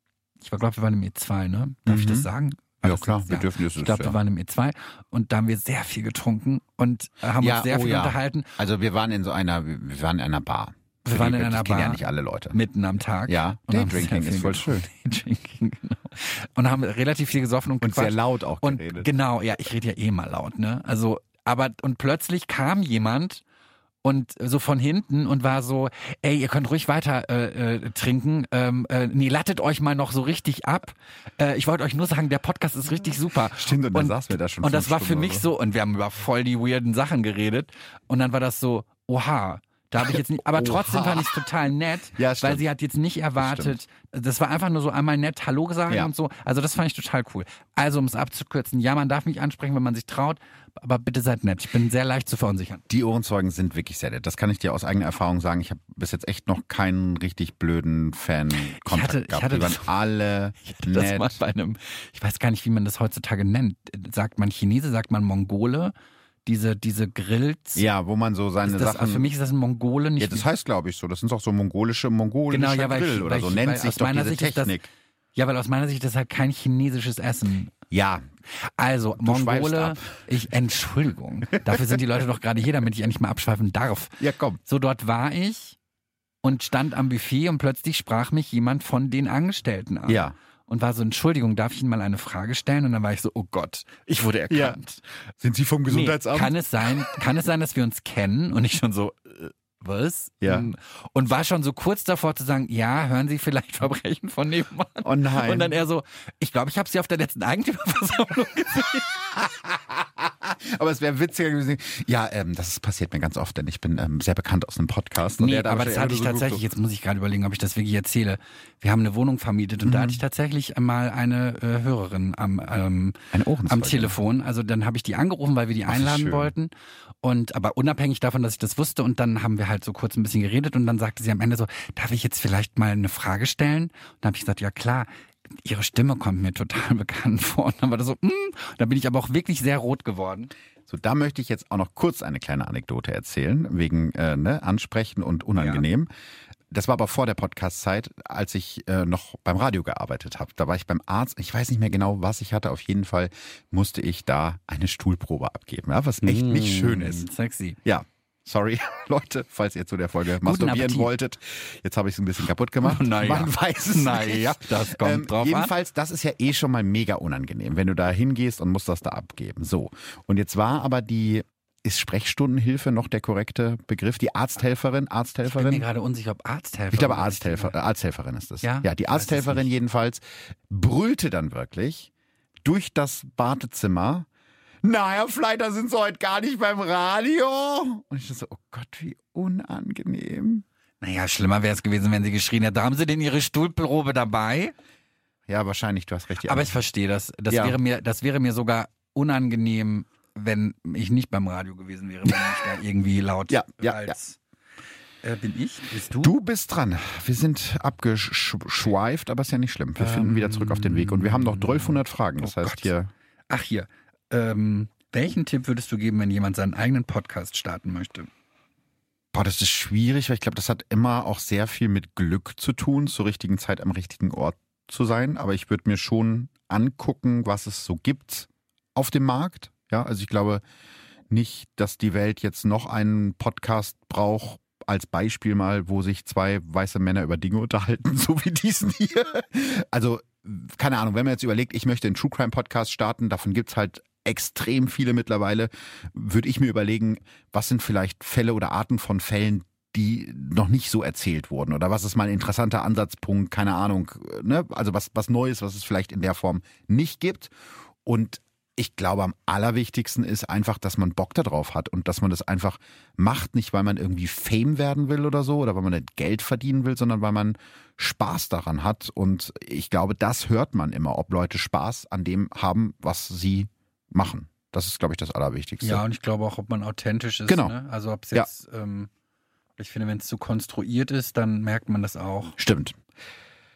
ich glaube, wir waren im E2, ne? Darf ich
Mhm.
das sagen? War
ja
das
klar,
das?
wir dürfen das
Ich glaube, wir
ja.
waren im E2 und da haben wir sehr viel getrunken und äh, haben
Ja,
uns sehr
oh
viel
ja.
unterhalten.
Also wir waren in so einer, wir waren in einer Bar.
Wir
Für
waren
die-
in
das
einer
kennen ja
Bar
nicht alle Leute.
mitten am Tag.
Ja,
Und haben
Daydrinking
sehr viel
ist voll
getrunken. Daydrinking, genau. Und haben relativ viel gesoffen und,
Und sehr
gequatscht.
laut auch
Und
geredet.
genau, ja, ich rede ja eh mal laut, ne? Also, aber und plötzlich kam jemand und so von hinten und war so, ey, ihr könnt ruhig weiter äh, äh, trinken. Ähm, äh, nee, lattet euch mal noch so richtig ab. Äh, ich wollte euch nur sagen, der Podcast ist richtig super.
Stimmt, und dann saßen wir da schon
Und das
fünf
war für
Stunden
mich
oder
so, und wir haben über voll die weirden Sachen geredet. Und dann war das so, oha. Da habe ich jetzt nicht, aber trotzdem
Oha.
fand ich es total nett,
Ja,
weil
stimmt.
sie hat jetzt nicht erwartet, das, war einfach nur so einmal nett Hallo gesagt
Ja.
und so. Also das fand ich total cool. Also um es abzukürzen, ja, man darf mich ansprechen, wenn man sich traut, aber bitte seid nett. Ich bin sehr leicht zu verunsichern.
Die Ohrenzeugen sind wirklich sehr nett. Das kann ich dir aus eigener Erfahrung sagen. Ich habe bis jetzt echt noch keinen richtig blöden
Ich hatte-
Fan-Kontakt
ich
gehabt.
hatte
Die waren
das-
alle
Das war
nett.
bei einem, ich weiß gar nicht, wie man das heutzutage nennt. Sagt man Chinese, sagt man Mongole, diese, diese Grills.
Ja, wo man so seine
Ist Also das,
Sachen.
für mich ist das ein Mongole nicht.
ja, das heißt, glaube ich, so. Das sind auch so mongolische, mongolische
Genau, ja, weil ich-
Grill oder
weil
so.
ich-
Nennt
weil
sich
aus
doch
meiner
diese
Sicht ist das-
Technik.
ja, weil aus meiner Sicht ist das halt kein chinesisches Essen.
ja,
Also,
schweifst
Mongole,
ab.
ich, Entschuldigung. Dafür sind die Leute doch gerade hier, damit ich endlich mal abschweifen darf.
ja, komm.
So, dort war ich und stand am Buffet und plötzlich sprach mich jemand von den Angestellten an.
Ja.
Und war so, Entschuldigung, darf ich Ihnen mal eine Frage stellen? Und dann war ich so, oh Gott, ich wurde
Ja.
erkannt.
Sind Sie vom Gesundheitsamt?
Nee, kann es sein, kann es sein, dass wir uns kennen? Und ich schon so, äh, was?
Ja.
Und war schon so kurz davor zu sagen, ja, hören Sie vielleicht Verbrechen von nebenan?
Oh nein.
Und dann er so, ich glaube, ich habe sie auf der letzten Eigentümerversammlung
aber es wäre witziger gewesen. Ja, ähm, das passiert mir ganz oft, denn ich bin ähm, sehr bekannt aus einem Podcast. ne,
Nee,
der hat
aber das
schon immer
hatte ich
so geguckt,
tatsächlich, jetzt muss ich gerade überlegen, ob ich das wirklich erzähle. Wir haben eine Wohnung vermietet und da hatte ich tatsächlich mal eine äh, Hörerin am, ähm,
Eine Ohrenzeuge.
am Telefon. Also dann habe ich die angerufen, weil wir die
wie
einladen
schön.
wollten. Und aber unabhängig davon, dass ich das wusste, und dann haben wir halt so kurz ein bisschen geredet und dann sagte sie am Ende so, darf ich jetzt vielleicht mal eine Frage stellen? Und dann habe ich gesagt, ja klar. Ihre Stimme kommt mir total bekannt vor. Und dann war das so, mm. da bin ich aber auch wirklich sehr rot geworden.
So, da möchte ich jetzt auch noch kurz eine kleine Anekdote erzählen, wegen äh, ne, Ansprechen und Unangenehm. Das war aber vor der Podcast-Zeit, als ich äh, noch beim Radio gearbeitet habe. Da war ich beim Arzt, ich weiß nicht mehr genau, was ich hatte. Auf jeden Fall musste ich da eine Stuhlprobe abgeben, ja, was echt
Mm.
nicht schön ist.
Sexy.
Ja, sorry, Leute, falls ihr zu der Folge masturbieren
Appetit.
wolltet. Jetzt habe ich es ein bisschen kaputt gemacht.
Na ja.
Man weiß es
Na
nicht.
ja, das kommt drauf an.
Ähm, Jedenfalls, das ist ja eh schon mal mega unangenehm, wenn du da hingehst und musst das da abgeben. So, und jetzt war aber die, ist Sprechstundenhilfe noch der korrekte Begriff? Die Arzthelferin,
Ich bin mir
Arzthelferin?
gerade unsicher, ob Arzthelfer.
Ich glaube, Arzthelfer, äh, Arzthelferin ist es.
Ja?
ja, die
Ich weiß es
Arzthelferin jedenfalls brüllte dann wirklich durch das Badezimmer. Na, Herr Fleiter, sind Sie heute gar nicht beim Radio? Und ich so, oh Gott, wie unangenehm.
Naja, schlimmer wäre es gewesen, wenn sie geschrien hätte. Haben sie denn ihre Stuhlprobe dabei?
Ja, wahrscheinlich, du hast recht. die
Aber
Antwort.
ich verstehe das. Das,
Ja.
wäre mir, das wäre mir sogar unangenehm, wenn ich nicht beim Radio gewesen wäre, wenn ich da irgendwie laut
Ja, ja,
als Äh, bin ich? Bist du?
Du bist dran. Wir sind abgeschweift, aber ist ja nicht schlimm. Wir finden wieder zurück auf den Weg. Und wir haben noch 1200 Fragen. Das
Ähm, Oh
heißt
Gott.
hier,
Ach hier. Ähm, welchen Tipp würdest du geben, wenn jemand seinen eigenen Podcast starten möchte?
boah, das ist schwierig, weil ich glaube, das hat immer auch sehr viel mit Glück zu tun, zur richtigen Zeit am richtigen Ort zu sein. Aber ich würde mir schon angucken, was es so gibt auf dem Markt. Ja, also ich glaube nicht, dass die Welt jetzt noch einen Podcast braucht, als Beispiel mal, wo sich zwei weiße Männer über Dinge unterhalten, so wie diesen hier. Also, keine Ahnung, wenn man jetzt überlegt, ich möchte einen True Crime Podcast starten, davon gibt's halt extrem viele mittlerweile, würde ich mir überlegen, was sind vielleicht Fälle oder Arten von Fällen, die noch nicht so erzählt wurden oder was ist mal ein interessanter Ansatzpunkt, keine Ahnung, ne? also was, was Neues, was es vielleicht in der Form nicht gibt und ich glaube, am allerwichtigsten ist einfach, dass man Bock darauf hat und dass man das einfach macht, nicht weil man irgendwie Fame werden will oder so oder weil man nicht Geld verdienen will, sondern weil man Spaß daran hat. Und ich glaube, das hört man immer, ob Leute Spaß an dem haben, was sie machen. Das ist, glaube ich, das Allerwichtigste.
Ja, und ich glaube auch, ob man authentisch ist.
Genau.
Ne? Also ob es
Ja.
jetzt, ähm, ich finde, wenn es zu konstruiert ist, dann merkt man das auch.
Stimmt.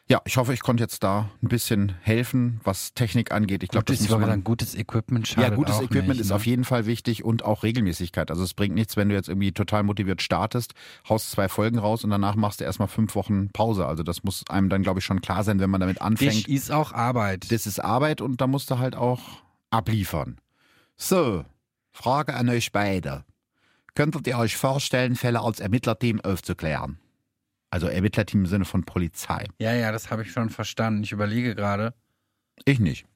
Ja, ich hoffe, ich konnte jetzt da ein bisschen helfen, was Technik angeht. Ich glaube, das muss
ich wollte
man
sagen, gutes Equipment schadet
Ja, gutes
auch
Equipment
nicht,
ist
ne?
auf jeden Fall wichtig und auch Regelmäßigkeit. Also es bringt nichts, wenn du jetzt irgendwie total motiviert startest, haust zwei Folgen raus und danach machst du erstmal fünf Wochen Pause. Also das muss einem dann, glaube ich, schon klar sein, wenn man damit
Dich
anfängt.
ist auch Arbeit.
Das ist Arbeit und da musst du halt auch abliefern. So, Frage an euch beide. Könntet ihr euch vorstellen, Fälle als Ermittlerteam aufzuklären? Also Ermittlerteam im Sinne von Polizei.
Ja, ja, das habe ich schon verstanden. Ich überlege gerade.
Ich nicht.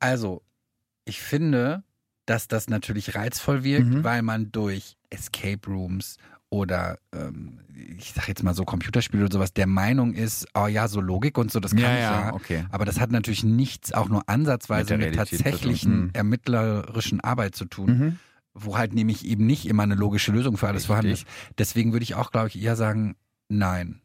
Also, ich finde, dass das natürlich reizvoll wirkt,
Mhm.
weil man durch Escape Rooms oder ähm, ich sag jetzt mal so Computerspiele oder sowas der Meinung ist, oh ja, so Logik und so, das kann ich ja.
okay.
Aber das hat natürlich nichts, auch nur ansatzweise
Mit der
mit,
Realität zu tun.
tatsächlichen
Mhm.
ermittlerischen Arbeit zu tun,
Mhm.
wo halt nämlich eben nicht immer eine logische Lösung für alles
Richtig.
vorhanden ist. Deswegen würde ich auch, glaube ich, eher sagen, nein.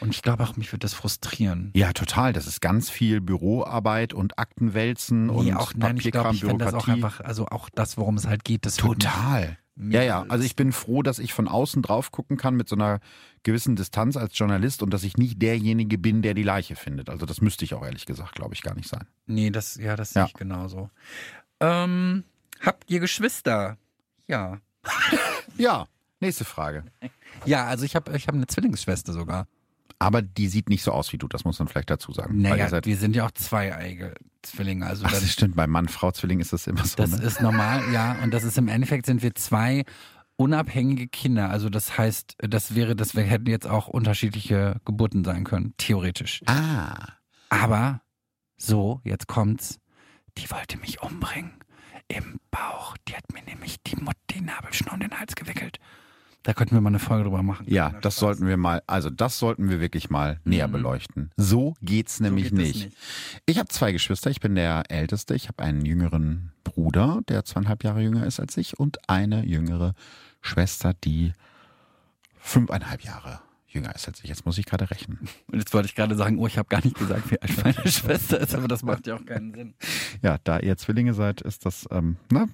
Und ich glaube auch, mich würde das frustrieren.
Ja, total. Das ist ganz viel Büroarbeit und Aktenwälzen und
nee, auch nein, ich glaube,
Papierkram,
ich fände das auch
Bürokratie.
einfach, also auch das, worum es halt geht, das würde mich
total. Ja, ja. Also ich bin froh, dass ich von außen drauf gucken kann mit so einer gewissen Distanz als Journalist und dass ich nicht derjenige bin, der die Leiche findet. Also das müsste ich auch ehrlich gesagt, glaube ich, gar nicht sein.
Nee, das, ja, das
Ja.
sehe ich genauso. Ähm, habt ihr Geschwister? Ja.
Ja, nächste Frage.
Ja, also ich habe ich hab eine Zwillingsschwester sogar.
Aber die sieht nicht so aus wie du, das muss man vielleicht dazu sagen. Weil ihr
Naja,
seid,
wir sind ja auch zweieige Zwillinge. Also
ach, das
das,
stimmt, bei Mann-Frau-Zwilling ist das immer so.
das
ne?
ist normal, ja. Und das ist im Endeffekt sind wir zwei unabhängige Kinder. Also das heißt, das wäre, das wir hätten jetzt auch unterschiedliche Geburten sein können, theoretisch.
ah.
Aber so, jetzt kommt's. Die wollte mich umbringen. Im Bauch. Die hat mir nämlich die, Mut, die Nabelschnur um den Hals gewickelt. Da könnten wir mal eine Folge drüber machen.
Ja, das sollten wir mal, also das sollten wir wirklich mal näher beleuchten. Mhm. So geht's nämlich
geht das
nicht. Ich habe zwei Geschwister, ich bin der Älteste, ich habe einen jüngeren Bruder, der zweieinhalb Jahre jünger ist als ich und eine jüngere Schwester, die fünfeinhalb Jahre jünger ist als ich. Jetzt muss ich gerade rechnen.
Und jetzt wollte ich gerade sagen, oh, ich habe gar nicht gesagt, wie alt meine Schwester ist, aber das macht ja auch keinen Sinn.
Ja, da ihr Zwillinge seid, ist das, ähm, ne?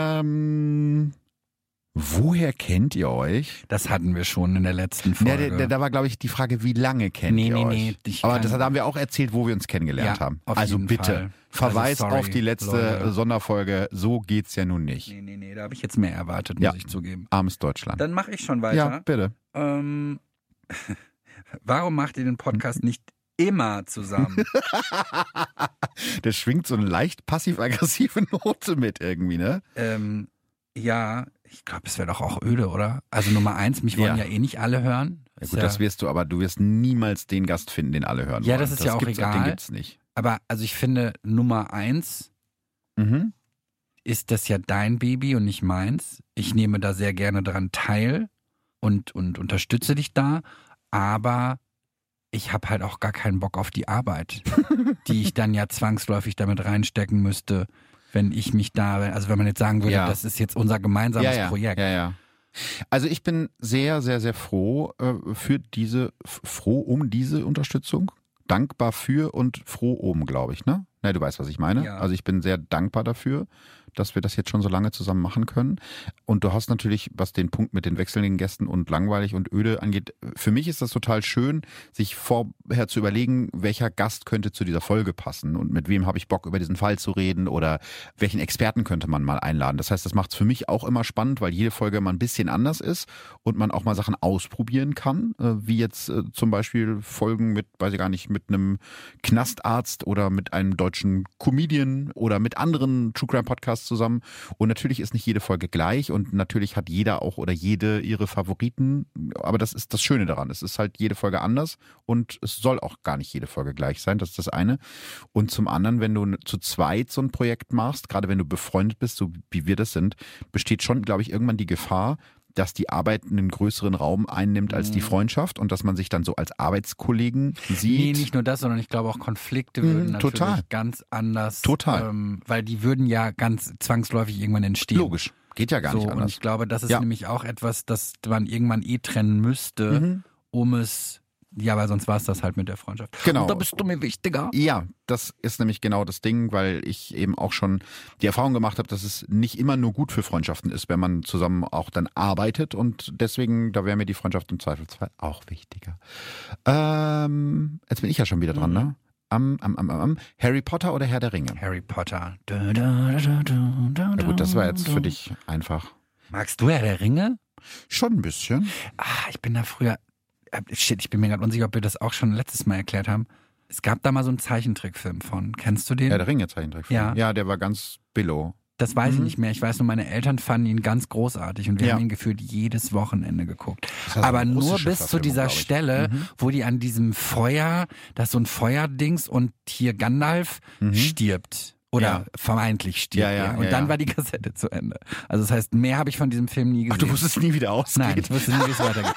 Ähm, woher kennt ihr euch?
Das hatten wir schon in der letzten
Ja,
Folge.
da, da- da war, glaube ich, die Frage, wie lange kennt
Nee,
ihr
nee,
euch?
nee, ich
Aber
kann-
das haben wir auch erzählt, wo wir uns kennengelernt
Ja,
haben.
auf
Also
jeden
bitte,
Fall.
Verweis
Also sorry,
auf die letzte
Leute.
Sonderfolge. So geht's ja nun nicht.
nee, nee, nee, da habe ich jetzt mehr erwartet, muss
Ja.
ich zugeben.
Armes Deutschland.
Dann mache ich schon
Ja,
weiter.
bitte.
Ähm, warum macht ihr den Podcast nicht immer zusammen?
Der schwingt so eine leicht passiv-aggressive Note mit irgendwie, ne?
Ähm, ja, ich glaube, es wäre doch auch öde, oder? Also Nummer eins, mich wollen ja,
Ja.
eh nicht alle hören.
Ja,
Ist
gut, das wirst du, aber du wirst niemals den Gast finden, den alle hören
Ja,
wollen.
das ist ja auch
gibt's, Den
egal.
gibt's nicht.
aber also ich finde, Nummer eins
Mhm.
ist das ja dein Baby und nicht meins. Ich nehme da sehr gerne dran teil und, und unterstütze dich da, aber ich habe halt auch gar keinen Bock auf die Arbeit, die ich dann ja zwangsläufig damit reinstecken müsste, wenn ich mich da, also wenn man jetzt sagen würde,
Ja.
das ist jetzt unser gemeinsames
Ja, ja.
Projekt.
Ja, ja. Also ich bin sehr, sehr, sehr froh äh, für diese, f- froh um diese Unterstützung, dankbar für und froh um, glaube ich, ne? Na, du weißt, was ich meine.
Ja.
Also ich bin sehr dankbar dafür, dass wir das jetzt schon so lange zusammen machen können. Und du hast natürlich, was den Punkt mit den wechselnden Gästen und langweilig und öde angeht, für mich ist das total schön, sich vorher zu überlegen, welcher Gast könnte zu dieser Folge passen und mit wem habe ich Bock, über diesen Fall zu reden oder welchen Experten könnte man mal einladen. Das heißt, das macht es für mich auch immer spannend, weil jede Folge mal ein bisschen anders ist und man auch mal Sachen ausprobieren kann, äh, wie jetzt äh, zum Beispiel Folgen mit, weiß ich gar nicht, mit einem Knastarzt oder mit einem deutschen Comedian oder mit anderen True Crime Podcasts zusammen. Und natürlich ist nicht jede Folge gleich und natürlich hat jeder auch oder jede ihre Favoriten. Aber das ist das Schöne daran. Es ist halt jede Folge anders und es soll auch gar nicht jede Folge gleich sein. Das ist das eine. Und zum anderen, wenn du zu zweit so ein Projekt machst, gerade wenn du befreundet bist, so wie wir das sind, besteht schon, glaube ich, irgendwann die Gefahr, dass die Arbeit einen größeren Raum einnimmt als die Freundschaft und dass man sich dann so als Arbeitskollegen
Mhm. Nee,
sieht.
nicht nur das, sondern ich glaube auch Konflikte würden
Mhm,
natürlich
total.
ganz anders.
Total.
Ähm, weil die würden ja ganz zwangsläufig irgendwann entstehen.
Logisch. Geht ja gar
so,
nicht
Und
anders.
ich glaube, das ist
Ja.
nämlich auch etwas, das man irgendwann eh trennen müsste,
Mhm.
um es. Ja, weil sonst war es das halt mit der Freundschaft.
Genau.
Und da bist du mir wichtiger.
Ja, das ist nämlich genau das Ding, weil ich eben auch schon die Erfahrung gemacht habe, dass es nicht immer nur gut für Freundschaften ist, wenn man zusammen auch dann arbeitet. Und deswegen, da wäre mir die Freundschaft im Zweifelsfall auch wichtiger. Ähm, jetzt bin ich ja schon wieder dran, ne? Am, am, am, am, am. Harry Potter oder Herr der Ringe?
Harry Potter. Du, du, du, du, du,
Ja gut, das war jetzt
du.
für dich einfach.
Magst du Herr der Ringe?
Schon ein bisschen.
Ah, ich bin da früher. äh, Shit, ich bin mir gerade unsicher, ob wir das auch schon letztes Mal erklärt haben. Es gab da mal so einen Zeichentrickfilm von. Kennst du den?
Herr der Ringe Zeichentrickfilm.
Ja.
ja, der war ganz billow.
Das weiß ich nicht mehr. Ich weiß nur, meine Eltern fanden ihn ganz großartig und wir
Mhm. Ja.
haben ihn gefühlt jedes Wochenende geguckt.
Das war so
Aber
eine
nur
russische
bis zu
Verfilmung,
dieser
glaub ich. Mhm.
Stelle, wo die an diesem Feuer, das ist so ein Feuerdings und hier Gandalf stirbt. Oder
Mhm. Ja.
vermeintlich stirbt.
Ja, ja,
er. und
ja,
dann
ja.
war die Kassette zu Ende. Also das heißt, mehr habe ich von diesem Film nie gesehen.
Ach, du wusstest nie, wie der ausgeht.
Nein, ich wusste nie, wie es weitergeht.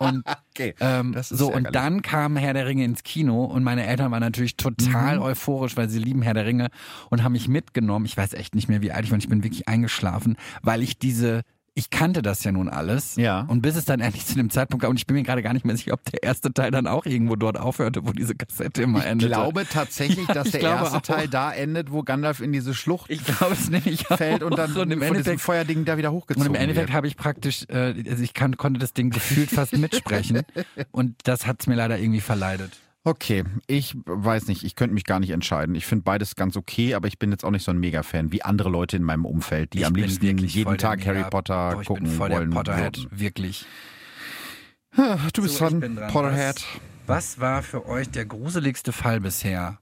Und
Okay.
ähm,
Das ist
so,
ärgerlich.
und dann kam Herr der Ringe ins Kino und meine Eltern waren natürlich total
Mhm.
euphorisch, weil sie lieben Herr der Ringe und haben mich mitgenommen. Ich weiß echt nicht mehr, wie alt ich war. und Ich bin wirklich eingeschlafen, weil ich diese. Ich kannte das ja nun alles.
Ja.
Und bis es dann endlich zu dem Zeitpunkt kam, und ich bin mir gerade gar nicht mehr sicher, ob der erste Teil dann auch irgendwo dort aufhörte, wo diese Kassette immer
Ich
endete.
glaube tatsächlich,
Ja,
dass
ich
der
glaube
erste
auch.
Teil da endet, wo Gandalf in diese Schlucht
ich glaube es nämlich
fällt und dann
und im
von diesem
Endeffekt
Feuerding da wieder
Und
hochgezogen
im Endeffekt
wird.
habe ich praktisch, äh, also ich kann, konnte das Ding gefühlt fast mitsprechen. Und das hat es mir leider irgendwie verleidet.
Okay, ich weiß nicht, ich könnte mich gar nicht entscheiden. Ich finde beides ganz okay, aber ich bin jetzt auch nicht so ein Mega-Fan wie andere Leute in meinem Umfeld, die
ich
am
bin
liebsten
wirklich voll
jeden
der
Tag Harry
Mega-
Potter
Boah, ich
gucken
bin voll
wollen.
der Potterhead,
würden.
wirklich.
Ah, Du bist
So, ich
dran,
bin dran.
Potterhead.
Was, was war für euch der gruseligste Fall bisher?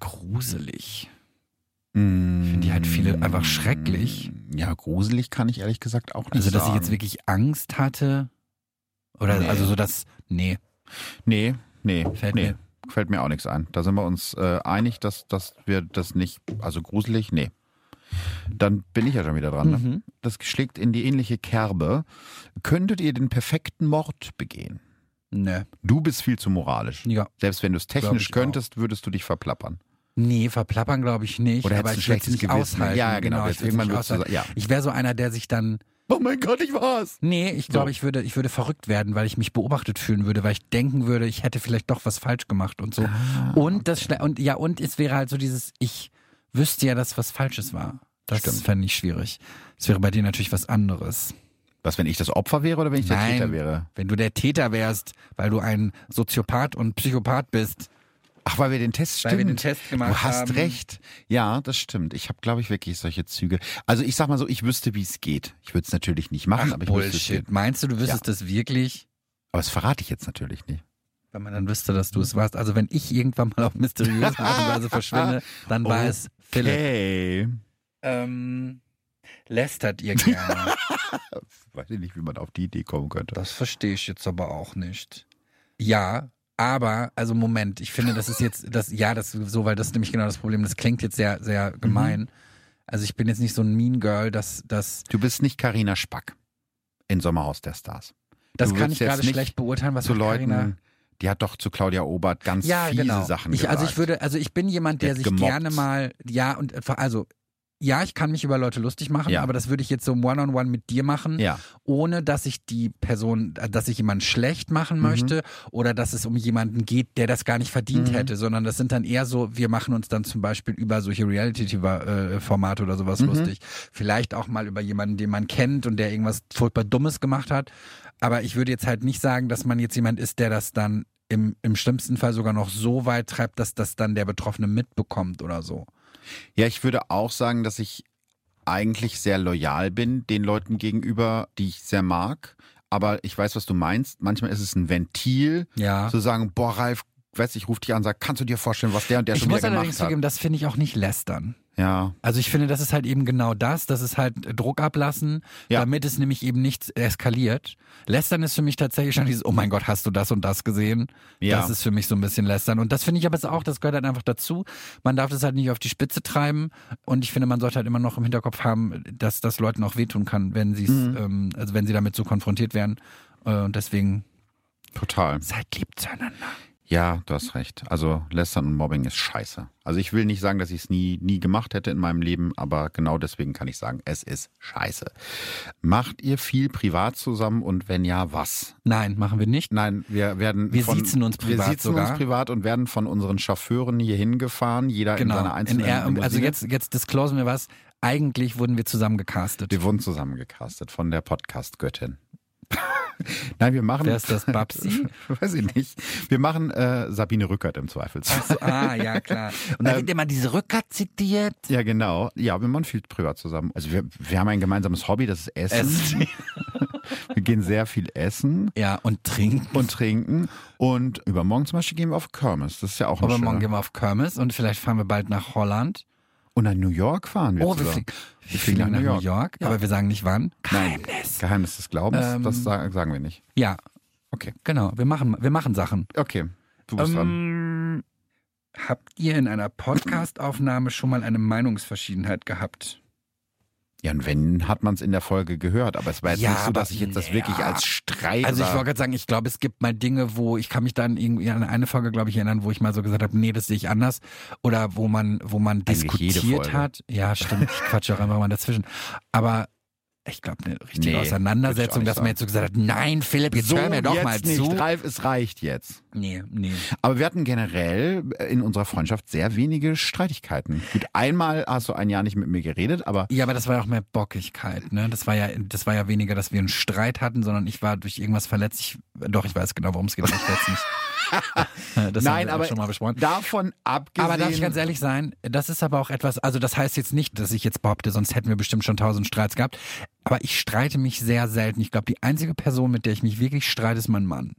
Gruselig.
Ich
finde die halt viele einfach schrecklich.
Mm. Ja, gruselig kann ich ehrlich gesagt auch nicht
Also, dass
sagen.
ich jetzt wirklich Angst hatte? Oder
Nee.
also so das, nee,
Nee, nee,
Fällt
nee.
mir-
Fällt mir auch nichts ein. Da sind wir uns äh, einig, dass, dass wir das nicht, also gruselig, nee. Dann bin ich ja schon wieder dran. Ne?
Mhm.
Das schlägt in die ähnliche Kerbe. Könntet ihr den perfekten Mord begehen?
ne,
Du bist viel zu moralisch.
ja.
Selbst wenn du es technisch
Glaub ich auch.
könntest, würdest du dich verplappern.
Nee, verplappern glaube ich nicht.
Oder
aber
hättest
ich
ein
würd's
schlechtes
nicht
Gewissen.
aushalten.
Ja, genau, jetzt
ich würd's
irgendwann
nicht
würdest du
aushalten.
sagen, ja.
Ich wäre so einer, der sich dann
Oh mein Gott, ich war's.
Nee, ich glaube, ich würde, ich würde verrückt werden, weil ich mich beobachtet fühlen würde, weil ich denken würde, ich hätte vielleicht doch was falsch gemacht und so.
Ah,
und das schle- und ja, und es wäre halt so dieses, ich wüsste ja, dass was Falsches war. Das
Stimmt.
fände ich schwierig. Es wäre bei dir natürlich was anderes.
Was, wenn ich das Opfer wäre oder wenn ich der
Nein.
Täter wäre?
Wenn du der Täter wärst, weil du ein Soziopath und Psychopath bist.
Ach, weil wir den Test
Weil wir
stimmt.
den Test gemacht
du hast
haben.
recht. Ja, das stimmt. Ich habe, glaube ich, wirklich solche Züge. Also ich sag mal so, ich wüsste, wie es geht. Ich würde es natürlich nicht machen,
Ach,
aber ich wüsste es
Bullshit.
geht.
Meinst du, du wüsstest das wirklich?
Aber das verrate ich jetzt natürlich nicht.
Wenn man dann wüsste, dass du es warst. Also wenn ich irgendwann mal auf mysteriöse Art und Weise verschwinde, dann war es Philipp.
Okay.
Ähm, lästert ihr gerne.
Weiß ich nicht, wie man auf die Idee kommen könnte.
das verstehe ich jetzt aber auch nicht. Ja, aber, also Moment, ich finde, das ist jetzt, das, ja, das so, weil das ist nämlich genau das Problem. Das klingt jetzt sehr, sehr gemein. Also ich bin jetzt nicht so ein Mean Girl, das, das,
Du bist nicht Karina Spack in Sommerhaus der Stars.
das
Du
kann
würdest
ich
jetzt
gerade
nicht
schlecht beurteilen, was
zu
hat
Leuten,
Carina-
die hat doch zu Claudia Obert ganz
ja,
fiese
genau.
Sachen
ich,
gesagt.
also ich würde, also ich bin jemand,
Die
der
hat
sich
gemobbt.
gerne mal, ja, und also ja, ich kann mich über Leute lustig machen,
Ja.
aber das würde ich jetzt so im One-on-One mit dir machen.
ja,
ohne dass ich die Person, äh, dass ich jemanden schlecht machen
Mhm.
möchte oder dass es um jemanden geht, der das gar nicht verdient
Mhm.
hätte, sondern das sind dann eher so, wir machen uns dann zum Beispiel über solche Reality-Formate oder sowas
Mhm.
lustig. Vielleicht auch mal über jemanden, den man kennt und der irgendwas furchtbar Dummes gemacht hat. Aber ich würde jetzt halt nicht sagen, dass man jetzt jemand ist, der das dann im, im schlimmsten Fall sogar noch so weit treibt, dass das dann der Betroffene mitbekommt oder so.
Ja, ich würde auch sagen, dass ich eigentlich sehr loyal bin den Leuten gegenüber, die ich sehr mag. Aber ich weiß, was du meinst. Manchmal ist es ein Ventil,
Ja.
zu sagen, boah, Ralf, weiß ich, ruf dich an und sag, kannst du dir vorstellen, was der und der
ich
schon wieder
muss
gemacht
allerdings
hat?
zugeben, das finde ich auch nicht lästern.
Ja,
Also ich finde, das ist halt eben genau das. Das ist halt äh, Druck ablassen,
Ja.
damit es nämlich eben nichts eskaliert. Lästern ist für mich tatsächlich schon dieses, oh mein Gott, hast du das und das gesehen?
Ja.
Das ist für mich so ein bisschen lästern. Und das finde ich aber jetzt auch, das gehört halt einfach dazu. Man darf das halt nicht auf die Spitze treiben. Und ich finde, man sollte halt immer noch im Hinterkopf haben, dass das Leuten auch wehtun kann, wenn sie es,
Mhm.
ähm, also wenn sie damit so konfrontiert werden. Äh, Und deswegen
total.
seid lieb zueinander.
Ja, du hast recht. Also Lästern und Mobbing ist scheiße. Also ich will nicht sagen, dass ich es nie, nie gemacht hätte in meinem Leben, aber genau deswegen kann ich sagen, es ist scheiße. Macht ihr viel privat zusammen und wenn ja, was?
Nein, machen wir nicht.
Nein, wir werden
Wir
von,
siezen uns privat
wir siezen uns
sogar.
privat und werden von unseren Chauffeuren hier hingefahren, jeder in
Genau.
seiner
In
einzelnen
R- also
Limousine.
jetzt, jetzt disclosen wir was. Eigentlich wurden wir zusammen gecastet.
wir wurden zusammengecastet von der Podcast Göttin. Nein, wir machen
Wer ist das? Babsi?
Weiß ich nicht. Wir machen äh, Sabine Rückert im Zweifelsfall.
Ach so, ah, ja, klar. Und dann geht immer diese Rückkehr-Zitiert.
Ja, genau. Ja, wir machen viel privat zusammen. Also wir, wir haben ein gemeinsames Hobby, das ist Essen.
Essen.
Wir gehen sehr viel essen
Ja, und trinken.
und trinken. Und übermorgen zum Beispiel gehen wir auf Kirmes. Das ist ja auch ein
Aber morgen
schöner.
gehen wir auf Kirmes und vielleicht fahren wir bald nach Holland.
Und nach New York fahren wir
Oh, wir
zusammen.
fliegen, wir fliegen nach New York,
Ja.
aber wir sagen nicht wann.
Nein. Geheimnis des Glaubens,
Ähm,
das sa- sagen wir nicht.
Ja,
Okay.
genau. Wir machen, wir machen Sachen.
Okay, du bist dran.
Ähm, habt ihr in einer Podcast-Aufnahme schon mal eine Meinungsverschiedenheit gehabt?
Ja, und wenn, hat man es in der Folge gehört. Aber es war jetzt
Ja,
nicht so,
aber-
dass ich jetzt das wirklich
ja.
als Streit
Also ich
oder-
wollte gerade sagen, ich glaube, es gibt mal Dinge, wo ich kann mich dann irgendwie an eine Folge, glaube ich, erinnern, wo ich mal so gesagt habe, nee, das sehe ich anders. Oder wo man, wo man
Eigentlich jede
diskutiert
Folge.
hat. Ja, stimmt. Ich quatsche auch einfach mal dazwischen. Aber ich glaube, eine richtige
Nee, würd ich auch
Auseinandersetzung,
nicht
dass man
sagen.
jetzt so gesagt hat, nein, Philipp, jetzt
so
hör mir doch
jetzt
mal
nicht,
zu.
Ralf, es reicht jetzt.
Nee, nee.
Aber wir hatten generell in unserer Freundschaft sehr wenige Streitigkeiten. Gut, einmal hast du ein Jahr nicht mit mir geredet, aber
Ja, aber das war ja auch mehr Bockigkeit, ne? Das war ja, das war ja weniger, dass wir einen Streit hatten, sondern ich war durch irgendwas verletzt. Ich, doch, ich weiß genau, worum es geht, aber ich weiß nicht. Äh, das haben
nein,
wir
aber
schon mal besprochen.
davon abgesehen.
Aber darf ich ganz ehrlich sein, das ist aber auch etwas, also das heißt jetzt nicht, dass ich jetzt behaupte, sonst hätten wir bestimmt schon tausend Streits gehabt. Aber ich streite mich sehr selten. Ich glaube, die einzige Person, mit der ich mich wirklich streite, ist mein Mann.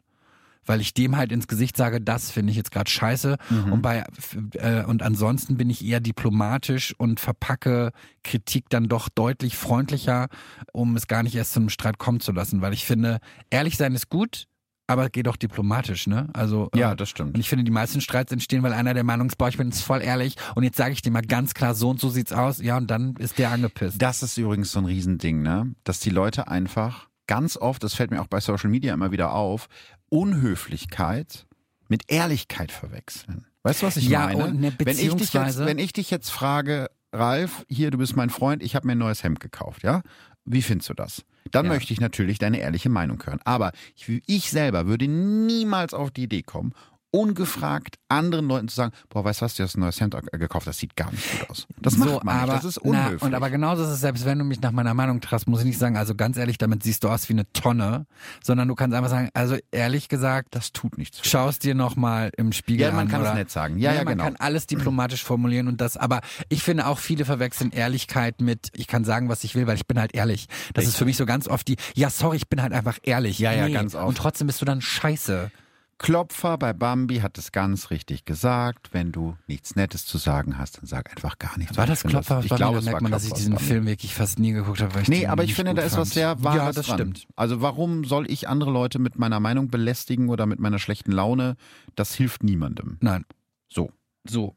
Weil ich dem halt ins Gesicht sage, das finde ich jetzt gerade scheiße. Und bei f- äh, und ansonsten bin ich eher diplomatisch und verpacke Kritik dann doch deutlich freundlicher, um es gar nicht erst zu einem Streit kommen zu lassen. Weil ich finde, ehrlich sein ist gut, aber geht doch diplomatisch, ne? Also äh,
Ja, das stimmt.
und ich finde, die meisten Streits entstehen, weil einer der Meinung ist, boah, ich bin jetzt voll ehrlich und jetzt sage ich dir mal ganz klar, so und so sieht's aus. Ja, und dann ist der angepisst.
Das ist übrigens so ein Riesending, ne? Dass die Leute einfach ganz oft, das fällt mir auch bei Social Media immer wieder auf, Unhöflichkeit mit Ehrlichkeit verwechseln. Weißt du, was ich
Ja,
meine?
und ne,
wenn, ich dich jetzt,
beziehungsweise-
wenn ich dich jetzt frage, Ralf, hier, du bist mein Freund, ich habe mir ein neues Hemd gekauft, ja? Wie findest du das? Dann
Ja.
möchte ich natürlich deine ehrliche Meinung hören. Aber ich, ich selber würde niemals auf die Idee kommen, ungefragt anderen Leuten zu sagen, boah, weißt du was, du hast ein neues Hemd äh, gekauft, das sieht gar nicht gut aus. Das
so,
macht man
aber,
nicht, das ist unhöflich.
Na, und aber genauso ist es, selbst wenn du mich nach meiner Meinung trafst, muss ich nicht sagen, also ganz ehrlich, damit siehst du aus wie eine Tonne, sondern du kannst einfach sagen, also ehrlich gesagt,
das tut nichts. für
schaust dir nochmal im Spiegel
Ja, man
an.
kann
oder,
es nett sagen. Ja, ja,
Ne, man
genau.
kann alles diplomatisch formulieren und das, aber ich finde auch viele verwechseln Ehrlichkeit mit, ich kann sagen, was ich will, weil ich bin halt ehrlich. Das ist für mich so ganz oft die, ja, sorry, ich bin halt einfach ehrlich.
Ja, ja, ganz oft.
Und trotzdem bist du dann scheiße.
Klopfer bei Bambi hat es ganz richtig gesagt. Wenn du nichts Nettes zu sagen hast, dann sag einfach gar nichts.
War
Und ich
das
finde
Klopfer?
Ich
Bambi?
glaube,
da
es
merkt
war
man,
Klopfer
dass ich
aus
diesen
Bambi.
Film wirklich fast nie geguckt habe. Weil ich
Nee,
den
aber ich
nicht
finde,
gut
da ist
fand.
was sehr Wahres
Ja, das
dran.
stimmt.
Also warum soll ich andere Leute mit meiner Meinung belästigen oder mit meiner schlechten Laune? Das hilft niemandem.
Nein.
So.
So.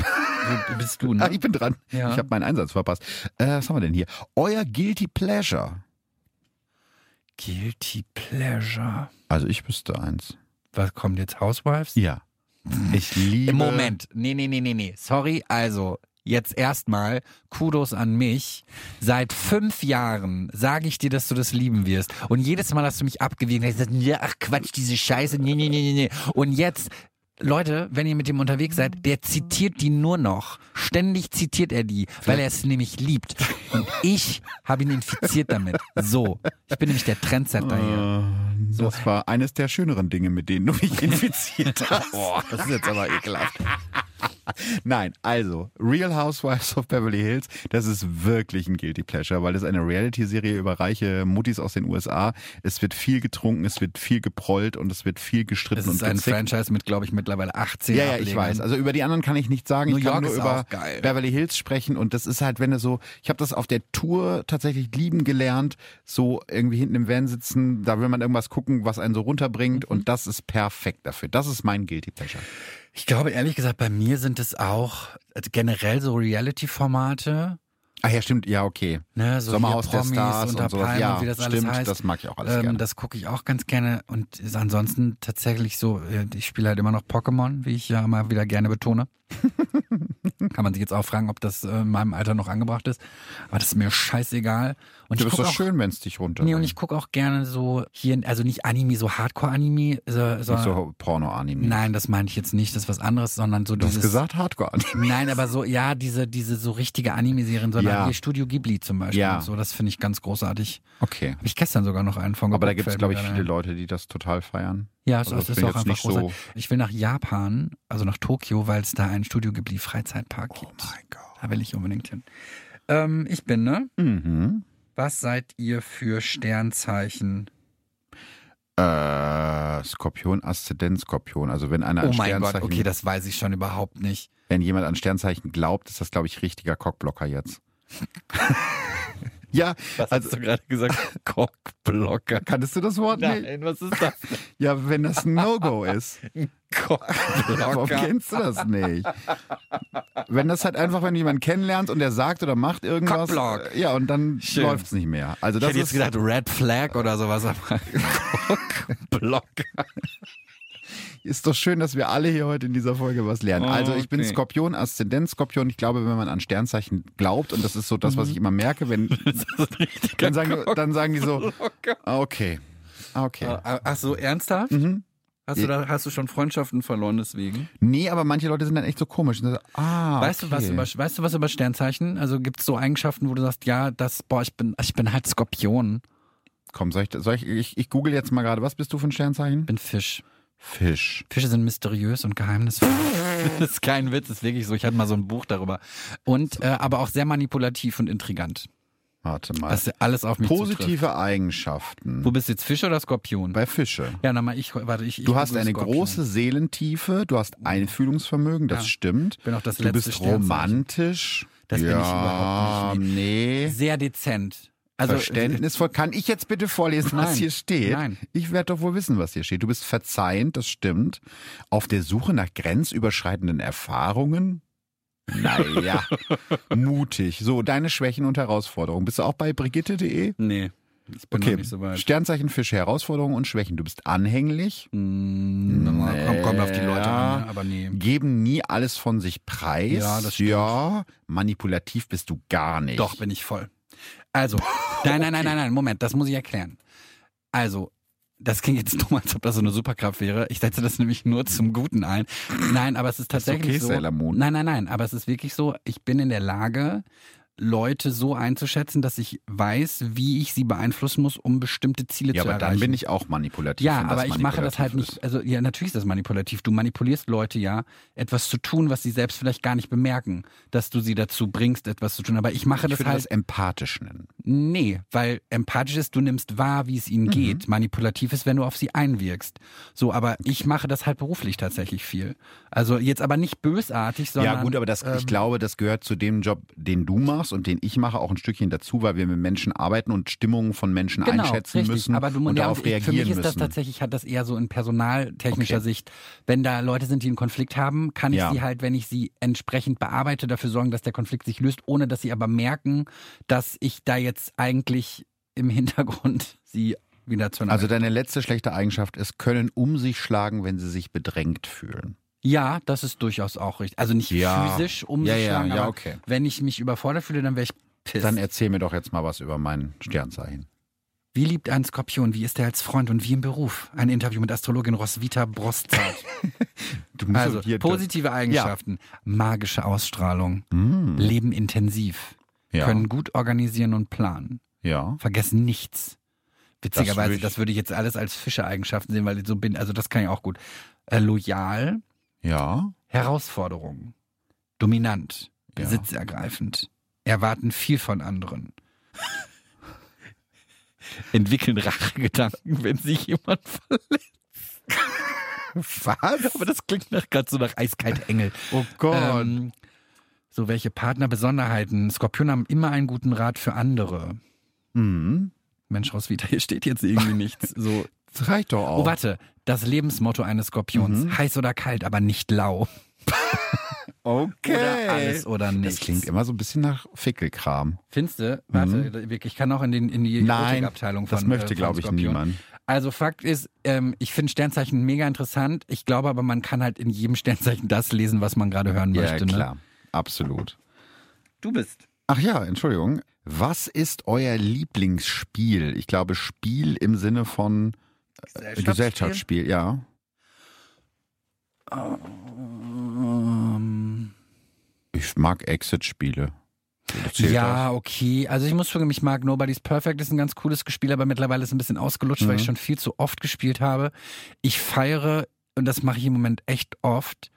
so bist du,
Ah,
ne?
ich bin dran.
Ja.
Ich habe meinen Einsatz verpasst. Äh, was haben wir denn hier? Euer Guilty Pleasure.
Guilty Pleasure.
Also ich wüsste eins.
Was kommt jetzt? Housewives?
Ja. Ich liebe...
Im Moment. Nee, nee, nee, nee, nee. Sorry, also jetzt erstmal Kudos an mich. Seit fünf Jahren sage ich dir, dass du das lieben wirst. Und jedes Mal hast du mich abgewiesen. Ich gesagt, ja, ach Quatsch, diese Scheiße. Nee, nee, nee, nee, nee. Und jetzt. Leute, wenn ihr mit dem unterwegs seid, der zitiert die nur noch. Ständig zitiert er die, weil er es nämlich liebt. Und ich habe ihn infiziert damit. So. Ich bin nämlich der Trendsetter hier.
Äh, Das war eines der schöneren Dinge, mit denen du mich infiziert hast.
Boah,
das ist jetzt aber ekelhaft. Nein, also Real Housewives of Beverly Hills, das ist wirklich ein Guilty Pleasure, weil es eine Reality-Serie über reiche Muttis aus den USA. Es wird viel getrunken, es wird viel geprollt und es wird viel gestritten
Es ist
und
ein
gezickt.
Franchise mit, glaube ich, mittlerweile 18
Ja, ja, ich
Ablegern.
weiß. Also über die anderen kann ich nichts sagen.
New
ich
York
kann nur
ist
über
auch geil.
Beverly Hills sprechen und das ist halt, wenn du so, ich habe das auf der Tour tatsächlich lieben gelernt, so irgendwie hinten im Van sitzen, da will man irgendwas gucken, was einen so runterbringt
Mhm.
und das ist perfekt dafür. Das ist mein Guilty Pleasure.
Ich glaube, ehrlich gesagt, bei mir sind es auch also generell so Reality-Formate.
Ah ja, stimmt. Ja, okay.
Ne, so
Sommerhaus
hier
der
Promis
Stars
unter
und sowas.
Palmen,
Ja,
wie das
stimmt,
alles heißt.
das mag ich auch alles
ähm,
gerne.
Das gucke ich auch ganz gerne. Und ist ansonsten tatsächlich so, äh, ich spiele halt immer noch Pokémon, wie ich ja immer wieder gerne betone. Kann man sich jetzt auch fragen, ob das äh, in meinem Alter noch angebracht ist. Aber das ist mir scheißegal. Und
Du
ich
bist
guck
doch
auch,
schön, wenn es dich runter.
Nee, und ich gucke auch gerne so hier, also nicht Anime, so Hardcore-Anime, so,
nicht
so,
so Porno-Anime.
Nein, das meine ich jetzt nicht, das ist was anderes, sondern so
Du hast
dieses.
gesagt Hardcore-Anime.
Nein, aber so, ja, diese, diese so richtige Anime-Serien, sondern
Ja.
hier Studio Ghibli zum Beispiel
Ja.
und so, das finde ich ganz großartig.
Okay.
Habe ich gestern sogar noch einen von
Aber da
geguckt,
gibt es,
fällt
glaube
mir
ich,
gerade
viele
ein.
Leute, die das total feiern.
Ja, es
Also,
es
das
ist
bin
auch
jetzt
einfach Oh
nicht so-
großartig. Ich will nach Japan, also nach Tokio, weil es da einen Studio Ghibli Freizeitpark
Oh
gibt.
Gott.
Da will ich unbedingt hin. Ähm, ich bin, ne?
Mhm.
Was seid ihr für Sternzeichen?
Äh, Äh, Skorpion, Aszendent, Skorpion. Also wenn einer
Oh
an
mein Gott,
Sternzeichen,
okay, das weiß ich schon überhaupt nicht.
wenn jemand an Sternzeichen glaubt, ist das, glaube ich, richtiger Cockblocker jetzt. ja,
Was
also
hast du gerade gesagt? Cockblocker.
kanntest du das Wort nicht?
Nein, was ist das?
Ja, wenn das ein No-Go ist. Warum
Cockblocker.
kennst du das nicht? Wenn das halt einfach, wenn du jemanden kennenlernst und der sagt oder macht irgendwas. äh,
Cockblock.
Ja, und dann
Schön.
läuft's nicht mehr. Also
Ich
das
hätte jetzt
ist
gesagt Red Flag oder sowas, aber Cockblocker.
Ist doch schön, dass wir alle hier heute in dieser Folge was lernen.
Oh,
also ich bin
okay.
Skorpion, Aszendent Skorpion. Ich glaube, wenn man an Sternzeichen glaubt, und das ist so das,
Mhm.
was ich immer merke, wenn dann sagen,
Genau.
dann sagen die so, ah, okay, ah, okay. Mhm.
Ach so, ernsthaft? Hast, du da, hast du schon Freundschaften verloren deswegen?
Nee, aber manche Leute sind dann echt so komisch. Und dann so, ah,
Weißt, du, was
okay.
über, weißt du was über Sternzeichen? Also gibt es so Eigenschaften, wo du sagst, ja, das, boah, ich bin, ich bin halt Skorpion,
Komm, soll ich, soll ich, ich, ich google jetzt mal gerade, was bist du für ein Sternzeichen?
bin Fisch.
Fisch.
Fische sind mysteriös und geheimnisvoll. das ist kein Witz, das ist wirklich so. Ich hatte mal so ein Buch darüber. Und äh, aber auch sehr manipulativ und intrigant.
Warte mal.
Das ist alles auf mich zutrifft.
Positive
Wo
Eigenschaften
bist du jetzt, Fisch oder Skorpion?
bei Fische.
ja, nochmal, ich, warte, ich. ich
Du hast
google
eine
Skorpion.
große Seelentiefe, du hast Einfühlungsvermögen, das
Ja.
stimmt.
Ich bin auch das
Du
letzte
bist
Sternzeichen.
romantisch.
Das
ja,
bin ich überhaupt nicht.
Nee.
Sehr dezent. Also,
Verständnisvoll. Kann ich jetzt bitte vorlesen,
Nein.
was hier steht?
Nein.
Ich werde doch wohl wissen, was hier steht. Du bist verzeihend, das stimmt. Auf der Suche nach grenzüberschreitenden Erfahrungen? Naja. Mutig. So, deine Schwächen und Herausforderungen. Bist du auch bei Brigitte.de?
Nee, ich bin noch
Okay.
nicht so weit.
Sternzeichen Fische, Herausforderungen und Schwächen. Du bist anhänglich.
Mm, kommt, kommt auf die Leute an, ne? aber nee.
geben nie alles von sich preis.
Ja, das stimmt.
ja, manipulativ bist du gar nicht.
Doch, bin ich voll. Also, nein, nein, nein, nein, nein, Moment, das muss ich erklären. Also, das klingt jetzt dumm, als ob das so eine Superkraft wäre. Ich setze das nämlich nur zum Guten ein. Nein, aber es ist tatsächlich
okay,
so.
Sailor Moon.
Nein, nein, nein, aber es ist wirklich so, ich bin in der Lage, Leute so einzuschätzen, dass ich weiß, wie ich sie beeinflussen muss, um bestimmte Ziele
ja,
zu
aber
erreichen.
dann bin ich auch manipulativ.
Ja,
wenn das
aber ich mache das halt
manipulativ
nicht. Also ja, natürlich ist das manipulativ. Du manipulierst Leute ja, etwas zu tun, was sie selbst vielleicht gar nicht bemerken, dass du sie dazu bringst, etwas zu tun. Aber ich mache
ist. Ich
das
würde das
halt
empathisch nennen.
nee, weil empathisch ist, du nimmst wahr, wie es ihnen
Mhm.
geht. Manipulativ ist, wenn du auf sie einwirkst. So, aber ich mache das halt beruflich tatsächlich viel. Also jetzt aber nicht bösartig, sondern ähm,
ja, gut, aber das, ich glaube, das gehört zu dem Job, den du machst und den ich mache, auch ein Stückchen dazu, weil wir mit Menschen arbeiten und Stimmungen von Menschen
Genau,
einschätzen
richtig.
müssen
aber du,
und
ja,
darauf
ich,
reagieren
Für mich ist
müssen.
das tatsächlich, hat das eher so in personaltechnischer
Okay.
Sicht. Wenn da Leute sind, die einen Konflikt haben, kann ich
Ja.
sie halt, wenn ich sie entsprechend bearbeite, dafür sorgen, dass der Konflikt sich löst, ohne dass sie aber merken, dass ich da jetzt eigentlich im Hintergrund sie wieder zu einer.
also deine letzte schlechte Eigenschaft ist, können um sich schlagen, wenn sie sich bedrängt fühlen.
ja, das ist durchaus auch richtig. Also nicht
Ja.
physisch um
Ja,
sich
ja,
schlagen,
ja,
aber
okay.
wenn ich mich überfordert fühle, dann wäre ich piss.
Dann erzähl mir doch jetzt mal was über mein Sternzeichen.
wie liebt ein Skorpion? Wie ist er als Freund und wie im Beruf? Ein Interview mit Astrologin Roswitha Brostzart.
Du musst
Also
hier-
positive Eigenschaften, magische Ausstrahlung,
Mm,
Leben intensiv,
ja,
können gut organisieren und planen,
ja.
vergessen nichts. Witzigerweise,
würde
das würde
ich-
ich, jetzt alles als Fische-Eigenschaften sehen, weil ich so bin, also das kann ich auch gut. Äh, loyal, Ähm,
Ja,
Herausforderungen, dominant,
Ja.
besitzergreifend, erwarten viel von anderen. Entwickeln Rachegedanken, wenn sich jemand verletzt.
was?
Aber das klingt nach gerade so nach eiskalt Engel.
Oh Gott.
Ähm, so, welche Partnerbesonderheiten? Skorpion haben immer einen guten Rat für andere.
Mhm.
Mensch, Roswitha, hier steht jetzt irgendwie nichts. So.
Das reicht doch auch.
Oh, warte. Das Lebensmotto eines Skorpions.
Mhm.
Heiß oder kalt, aber nicht lau.
okay.
Oder alles oder nichts.
Das klingt immer so ein bisschen nach Fickelkram.
Finste, warte, wirklich, ich kann auch in, den, in die
Nein,
Erotikabteilung von
das möchte,
äh, von
glaube ich,
Skorpion.
niemand.
Also Fakt ist, ähm, ich finde Sternzeichen mega interessant. Ich glaube aber, man kann halt in jedem Sternzeichen das lesen, was man gerade hören möchte.
ja, klar.
Ne?
Absolut.
Du bist.
Ach ja, Entschuldigung. Was ist euer Lieblingsspiel? Ich glaube, Spiel im Sinne von äh, Gesellschaftsspiel, ja.
Ähm,
Ich mag Exit-Spiele. Zählt das?
Ja, okay. Also ich muss sagen, ich mag Nobody's Perfect, ist ein ganz cooles Spiel, aber mittlerweile ist es ein bisschen ausgelutscht,
Mhm.
weil ich schon viel zu oft gespielt habe. Ich feiere, und das mache ich im Moment echt oft,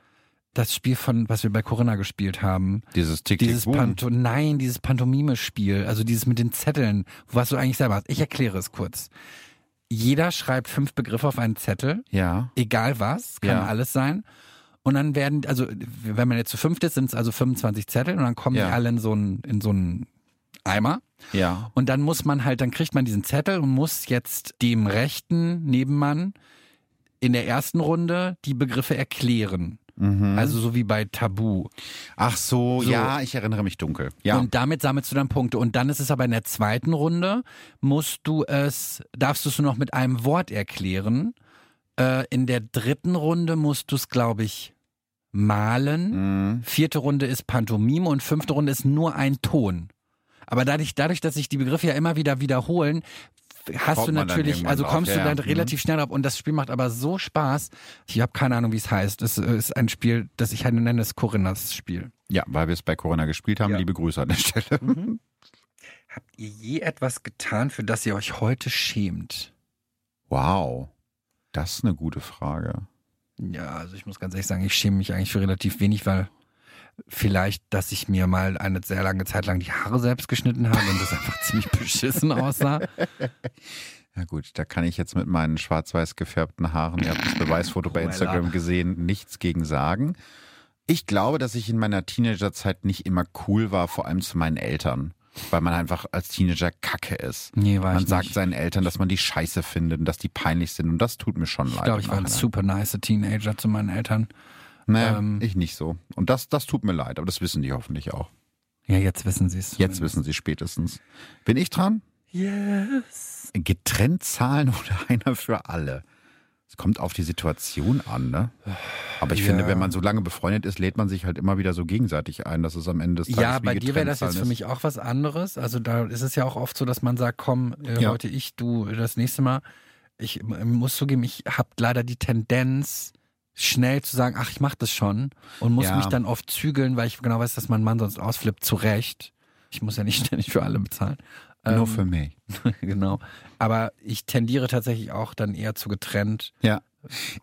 das Spiel von, was wir bei Corinna gespielt haben.
Dieses tick tick
Dieses
boom
Panto Nein, dieses Pantomime-Spiel, also dieses mit den Zetteln, was du eigentlich selber hast. Ich erkläre es kurz. Jeder schreibt fünf Begriffe auf einen Zettel,
Ja.
egal was, kann
Ja.
alles sein. Und dann werden, also wenn man jetzt zu fünft ist, sind es also 25 Zettel und dann kommen
Ja.
die alle in so einen, in so einen Eimer.
Ja.
Und dann muss man halt, dann kriegt man diesen Zettel und muss jetzt dem rechten Nebenmann in der ersten Runde die Begriffe erklären.
Mhm.
Also so wie bei Tabu.
Ach so,
So.
ja, ich erinnere mich dunkel. Ja.
Und damit sammelst du dann Punkte. Und dann ist es aber in der zweiten Runde, musst du es, darfst du es nur noch mit einem Wort erklären. Äh, in der dritten Runde musst du es, glaube ich, malen.
Mhm.
Vierte Runde ist Pantomime und fünfte Runde ist nur ein Ton. Aber dadurch, dadurch dass sich die Begriffe ja immer wieder wiederholen, hast
Kommt
du
man dann
natürlich,
irgendwann
also
drauf,
kommst
ja, Mhm.
du dann
ja.
relativ schnell ab und das Spiel macht aber so Spaß. Ich habe keine Ahnung, wie es heißt. Es äh, ist ein Spiel, das ich halt nenne, es Corinnas Spiel.
ja, weil wir es bei Corona gespielt haben.
Ja.
Liebe Grüße an der Stelle.
Mhm. Habt ihr je etwas getan, für das ihr euch heute schämt?
Wow. Das ist eine gute Frage.
Ja, also ich muss ganz ehrlich sagen, ich schäme mich eigentlich für relativ wenig, weil vielleicht, dass ich mir mal eine sehr lange Zeit lang die Haare selbst geschnitten habe und das einfach ziemlich beschissen aussah.
Ja gut, da kann ich jetzt mit meinen schwarz-weiß gefärbten Haaren, ihr habt das Beweisfoto bei
Cruella.
Instagram gesehen, nichts gegen sagen. Ich glaube, dass ich in meiner Teenagerzeit nicht immer cool war, vor allem zu meinen Eltern, weil man einfach als Teenager Kacke ist.
Nee, war
Man
ich
sagt
nicht.
seinen Eltern, dass man die scheiße findet und dass die peinlich sind und das tut mir schon leid.
Ich glaube, ich
im
war ein
Nachhinein.
super nice Teenager zu meinen Eltern.
Naja,
ähm,
ich nicht so. Und das, das tut mir leid, aber das wissen die hoffentlich auch.
Ja, jetzt wissen sie es.
Jetzt wissen sie spätestens. Bin ich dran?
Yes.
Getrennt zahlen oder einer für alle? Es kommt auf die Situation an, ne? Aber ich
Ja.
finde, wenn man so lange befreundet ist, lädt man sich halt immer wieder so gegenseitig ein, dass es am Ende des Tages
Ja,
wie
bei dir wäre
getrennt
das jetzt
zahlen
für
ist.
mich auch was anderes. Also da ist es ja auch oft so, dass man sagt, komm, äh,
Ja.
heute ich, du äh, das nächste Mal. Ich äh, muss zugeben, ich habe leider die Tendenz, schnell zu sagen, ach, ich mache das schon und muss
Ja.
mich dann oft zügeln, weil ich genau weiß, dass mein Mann sonst ausflippt, zu Recht. Ich muss ja nicht ständig für alle bezahlen.
Nur
Ähm,
für mich.
genau. Aber ich tendiere tatsächlich auch dann eher zu getrennt.
Ja.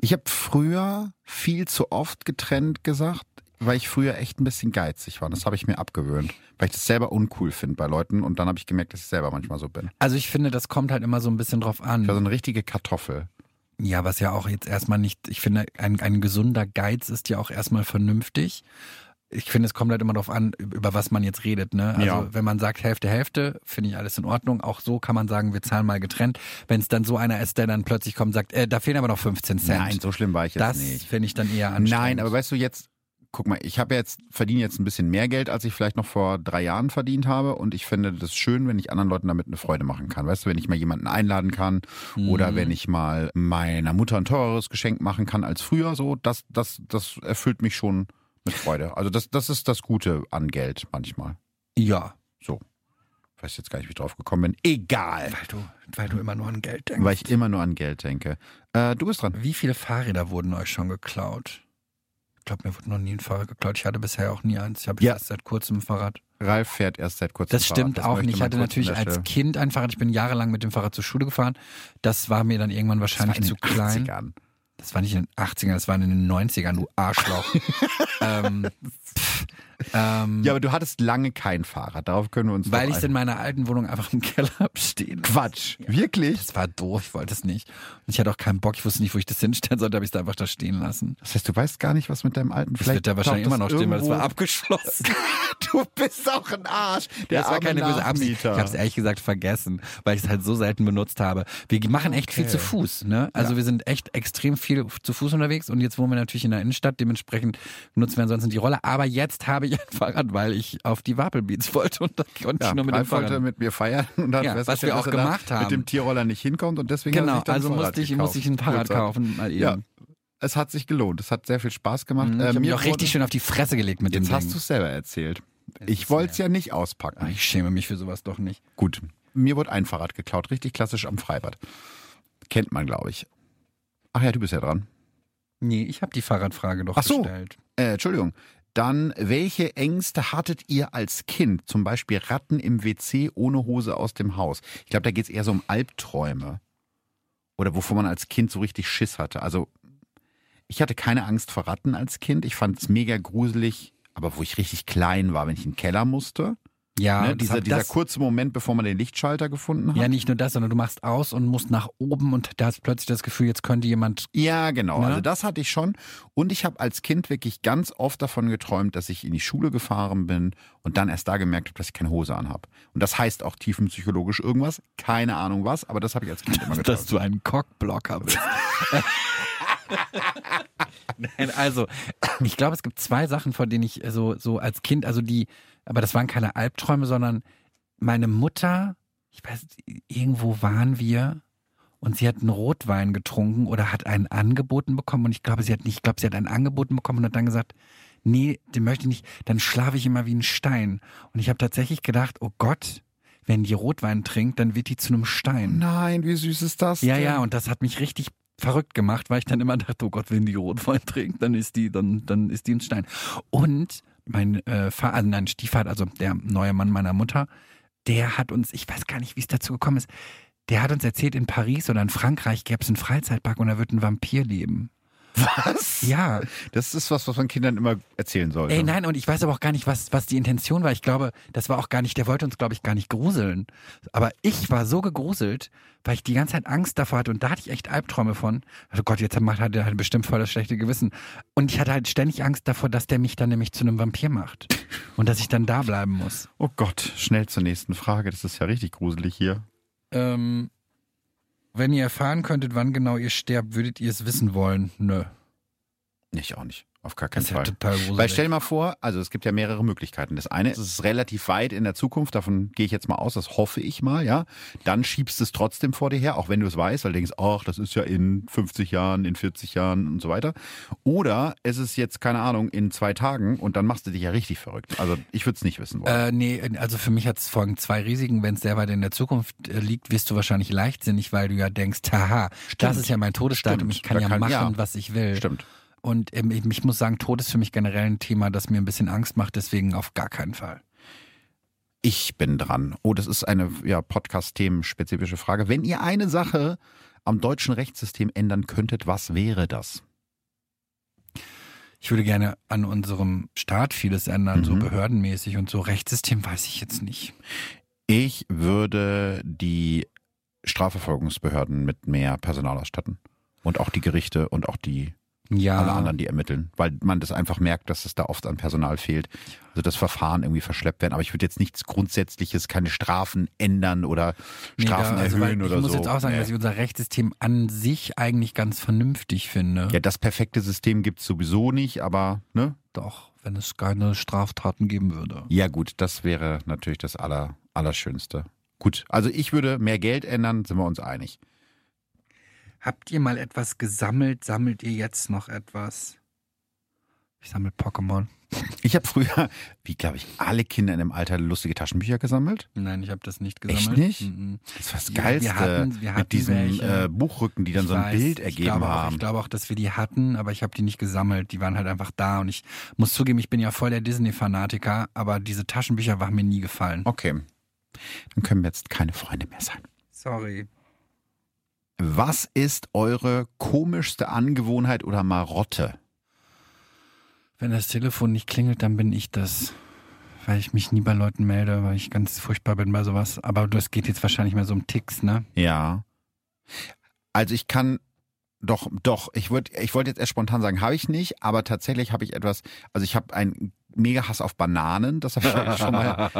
Ich habe früher viel zu oft getrennt gesagt, weil ich früher echt ein bisschen geizig war. Das habe ich mir abgewöhnt, weil ich das selber uncool finde bei Leuten. Und dann habe ich gemerkt, dass ich selber manchmal so bin.
Also ich finde, das kommt halt immer so ein bisschen drauf an.
Ich war so eine richtige Kartoffel.
Ja, was ja auch jetzt erstmal nicht, ich finde, ein, ein gesunder Geiz ist ja auch erstmal vernünftig. Ich finde, es kommt halt immer darauf an, über was man jetzt redet. Ne? Also
Ja.
wenn man sagt Hälfte, Hälfte, finde ich alles in Ordnung. Auch so kann man sagen, wir zahlen mal getrennt. Wenn es dann so einer ist, der dann plötzlich kommt und sagt, äh, da fehlen aber noch 15 Cent.
Nein, so schlimm war ich jetzt
das
nicht.
finde ich dann eher anstrengend.
Nein, aber weißt du jetzt, guck mal, ich habe jetzt verdiene jetzt ein bisschen mehr Geld, als ich vielleicht noch vor drei Jahren verdient habe, und ich finde das schön, wenn ich anderen Leuten damit eine Freude machen kann. Weißt du, wenn ich mal jemanden einladen kann
Hm. Mhm.
oder wenn ich mal meiner Mutter ein teureres Geschenk machen kann als früher, so das das das erfüllt mich schon mit Freude. Also das das ist das Gute an Geld manchmal.
Ja,
So, weiß jetzt gar nicht, wie ich drauf gekommen bin. Egal,
weil du, weil du immer nur an Geld denkst.
weil ich immer nur an Geld denke. Äh, du bist dran.
Wie viele Fahrräder wurden euch schon geklaut? Ich glaube, mir wurde noch nie ein Fahrrad geklaut. Ich hatte bisher auch nie eins. Ich habe
Ja.
erst seit kurzem ein Fahrrad.
Ralf fährt erst seit kurzem.
Das
Fahrrad.
stimmt auch
möchte
nicht. Ich
man
hatte
kurz an
natürlich
der
als
Stelle-
Kind ein Fahrrad. Ich bin jahrelang mit dem Fahrrad zur Schule gefahren. Das war mir dann irgendwann
Das war
wahrscheinlich
in
zu
den
klein.
80ern.
Das war nicht in den 80ern, das war in den 90ern, du Arschloch. ähm, pff, ähm,
Ja, aber du hattest lange kein Fahrrad. Darauf können wir uns
weil ich
doch
es in meiner alten Wohnung einfach im Keller hab stehen.
ein- Quatsch. Wirklich?
Das war doof, ich wollte es nicht. Und ich hatte auch keinen Bock, ich wusste nicht, wo ich das hinstellen sollte, habe ich es da einfach da stehen lassen.
Das heißt, du weißt gar nicht, was mit deinem alten
Das wird da wahrscheinlich immer
taucht
noch
das
stehen, weil das war
irgendwo-
abgeschlossen.
Du bist auch ein Arsch. Der
Das war
arme
keine böse Absicht. Ich
Nachmieter.
habe es ehrlich gesagt vergessen, weil ich es halt so selten benutzt habe. Wir machen echt viel
Okay.
zu Fuß. Ne? Also wir sind echt extrem viel zu Fuß unterwegs und jetzt wohnen wir natürlich in der Innenstadt. Dementsprechend nutzen wir ansonsten die Rolle. Aber jetzt habe ich ein Fahrrad, weil ich auf die Wapelbeats wollte und da konnte
ja,
ich nur mit dem
Ralf wollte
Fahrrad.
mit mir feiern und hat
Ja, was
festgestellt,
wir auch
dass er da
gemacht haben.
mit dem Tierroller nicht hinkommt und deswegen hat er
Genau,
sich dann
also
ein Fahrrad
musste ich,
gekauft.
musste ich ein Fahrrad
Gut,
kaufen, mal eben. Mhm.
Ja, es hat sich gelohnt. Es hat sehr viel Spaß gemacht.
Ich
Äh,
habe mich
mir
auch richtig
wurde-
schön auf die Fresse gelegt mit
Jetzt
dem
hast du
Ding.
es selber erzählt.
ist
Ich wollte es
mir-
ja nicht auspacken.
Ach, Ah, ich schäme mich für sowas doch nicht.
Gut. Mir wurde ein Fahrrad geklaut, richtig klassisch am Freibad. Kennt man, glaube ich. Ach ja, du bist ja dran.
Nee, ich habe die Fahrradfrage doch
Ach so.
gestellt.
Äh, Entschuldigung. Dann, welche Ängste hattet ihr als Kind? Zum Beispiel Ratten im WC ohne Hose aus dem Haus. Ich glaube, da geht es eher so um Albträume. Oder wovor man als Kind so richtig Schiss hatte. Also, ich hatte keine Angst vor Ratten als Kind. Ich fand es mega gruselig. Aber wo ich richtig klein war, wenn ich in den Keller musste.
Ja,
ne?
das
dieser,
hat-
dieser
das-
kurze Moment, bevor man den Lichtschalter gefunden hat.
Ja, nicht nur das, sondern du machst aus und musst nach oben und da hast plötzlich das Gefühl, jetzt könnte jemand.
Ja, genau.
Ne?
Also das hatte ich schon. Und ich habe als Kind wirklich ganz oft davon geträumt, dass ich in die Schule gefahren bin und dann erst da gemerkt habe, dass ich keine Hose anhab. Und das heißt auch tiefenpsychologisch irgendwas. Keine Ahnung was, aber das habe ich als Kind immer geträumt.
du ein Cockblocker bist. Nein, also, ich glaube, es gibt zwei Sachen, von denen ich äh, so, so als Kind, also die, aber das waren keine Albträume, sondern meine Mutter, ich weiß, irgendwo waren wir und sie hat einen Rotwein getrunken oder hat einen angeboten bekommen und ich glaube, sie hat nicht, ich glaube, sie hat einen angeboten bekommen und hat dann gesagt, nee, den möchte ich nicht, dann schlafe ich immer wie ein Stein. Und ich habe tatsächlich gedacht, oh Gott, wenn die Rotwein trinkt, dann wird die zu einem Stein.
Nein, wie süß ist das?
Ja,
denn?
ja, und das hat mich richtig verrückt gemacht, weil ich dann immer dachte, oh Gott, wenn die Rotwein trinkt, dann ist die, dann, dann ist die ein Stein. Und mein äh, Vater, also nein, Stiefvater, also der neue Mann meiner Mutter, der hat uns, ich weiß gar nicht, wie es dazu gekommen ist, der hat uns erzählt, in Paris oder in Frankreich gäbe es einen Freizeitpark und da wird ein Vampir leben.
Was?
Ja,
Das ist was, was man Kindern immer erzählen sollte.
Ey, nein, und ich weiß aber auch gar nicht, was, was die Intention war. Ich glaube, das war auch gar nicht, der wollte uns, glaube ich, gar nicht gruseln. Aber ich war so gegruselt, weil ich die ganze Zeit Angst davor hatte und da hatte ich echt Albträume von. Oh Gott, jetzt macht, hat er halt bestimmt voll das schlechte Gewissen. Und ich hatte halt ständig Angst davor, dass der mich dann nämlich zu einem Vampir macht. Und dass ich dann da bleiben muss.
Oh Gott, schnell zur nächsten Frage. Das ist ja richtig gruselig hier.
Ähm, wenn ihr erfahren könntet, wann genau ihr sterbt, würdet ihr es wissen wollen? Nö.
Ich auch nicht. Auf gar keinen
Das ist ja
Fall.
total gruselig.
Weil stell dir mal vor, also es gibt ja mehrere Möglichkeiten. Das eine ist, es ist relativ weit in der Zukunft, davon gehe ich jetzt mal aus, das hoffe ich mal, ja. Dann schiebst du es trotzdem vor dir her, auch wenn du es weißt, weil du denkst, ach, das ist ja in 50 Jahren, in 40 Jahren und so weiter. Oder es ist jetzt, keine Ahnung, in zwei Tagen und dann machst du dich ja richtig verrückt. Also ich würde es nicht wissen wollen.
Äh, nee, also für mich hat es folgen zwei Risiken. Wenn es sehr weit in der Zukunft äh, liegt, wirst du wahrscheinlich leichtsinnig, weil du ja denkst, haha, das ist ja mein Todesdatum,
Stimmt.
ich kann
Da
ja
kann-
machen,
ja.
was ich will.
Stimmt.
Und ähm, ich, ich muss sagen, Tod ist für mich generell ein Thema, das mir ein bisschen Angst macht, deswegen auf gar keinen Fall.
Ich bin dran. Oh, das ist eine ja, Podcast-themenspezifische Frage. Wenn ihr eine Sache am deutschen Rechtssystem ändern könntet, was wäre das?
Ich würde gerne an unserem Staat vieles ändern, so
Mhm.
behördenmäßig und so. Rechtssystem weiß ich jetzt nicht.
Ich würde die Strafverfolgungsbehörden mit mehr Personal ausstatten. Und auch die Gerichte und auch die
Ja.
alle anderen, die ermitteln. Weil man das einfach merkt, dass es da oft an Personal fehlt. Also das Verfahren irgendwie verschleppt werden. Aber ich würde jetzt nichts Grundsätzliches, keine Strafen ändern oder
Nee, da-
Strafen
also, weil
erhöhen
ich
oder
Ich muss
so.
jetzt auch sagen,
Nee.
dass ich unser Rechtssystem an sich eigentlich ganz vernünftig finde.
ja, das perfekte System gibt's sowieso nicht, aber ne?
Doch, wenn es keine Straftaten geben würde.
Ja, gut, das wäre natürlich das Aller, Allerschönste. Gut, also ich würde mehr Geld ändern, sind wir uns einig.
Habt ihr mal etwas gesammelt? Sammelt ihr jetzt noch etwas? Ich sammle Pokémon.
Ich habe früher, wie glaube ich, alle Kinder in dem Alter lustige Taschenbücher gesammelt.
Nein, ich habe das nicht
Echt
gesammelt.
nicht?
Mhm.
Das war das
Ja,
Geilste
wir hatten- wir hatten
mit diesem
welche.
äh, Buchrücken, die dann
Ich
so ein
weiß,
Bild
ich
ergeben
glaube Auch,
haben.
ich glaube auch, dass wir die hatten, aber ich habe die nicht gesammelt. Die waren halt einfach da und ich muss zugeben, ich bin ja voll der Disney-Fanatiker, aber diese Taschenbücher waren mir nie gefallen.
okay, dann können wir jetzt keine Freunde mehr sein.
Sorry.
Was ist eure komischste Angewohnheit oder Marotte?
Wenn das Telefon nicht klingelt, dann bin ich das. Weil ich mich nie bei Leuten melde, weil ich ganz furchtbar bin bei sowas. Aber das geht jetzt wahrscheinlich mehr so um Ticks, ne?
Ja. Also ich kann doch, doch, ich würde, ich wollte jetzt erst spontan sagen, habe ich nicht, aber tatsächlich habe ich etwas, also ich habe einen mega Hass auf Bananen, das habe ich schon mal.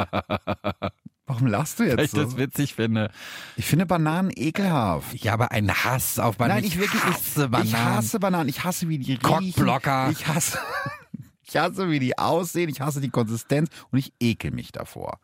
Warum lachst du
Weil
jetzt
ich
so?
das witzig finde.
Ich finde Bananen ekelhaft.
Ja, aber ein Hass auf Bananen.
Nein, ich wirklich ich-
hasse
Ich
Bananen.
hasse Bananen. Ich hasse, wie die riechen.
Cockblocker.
Ich hasse, ich hasse, wie die aussehen. Ich hasse die Konsistenz und ich ekel mich davor.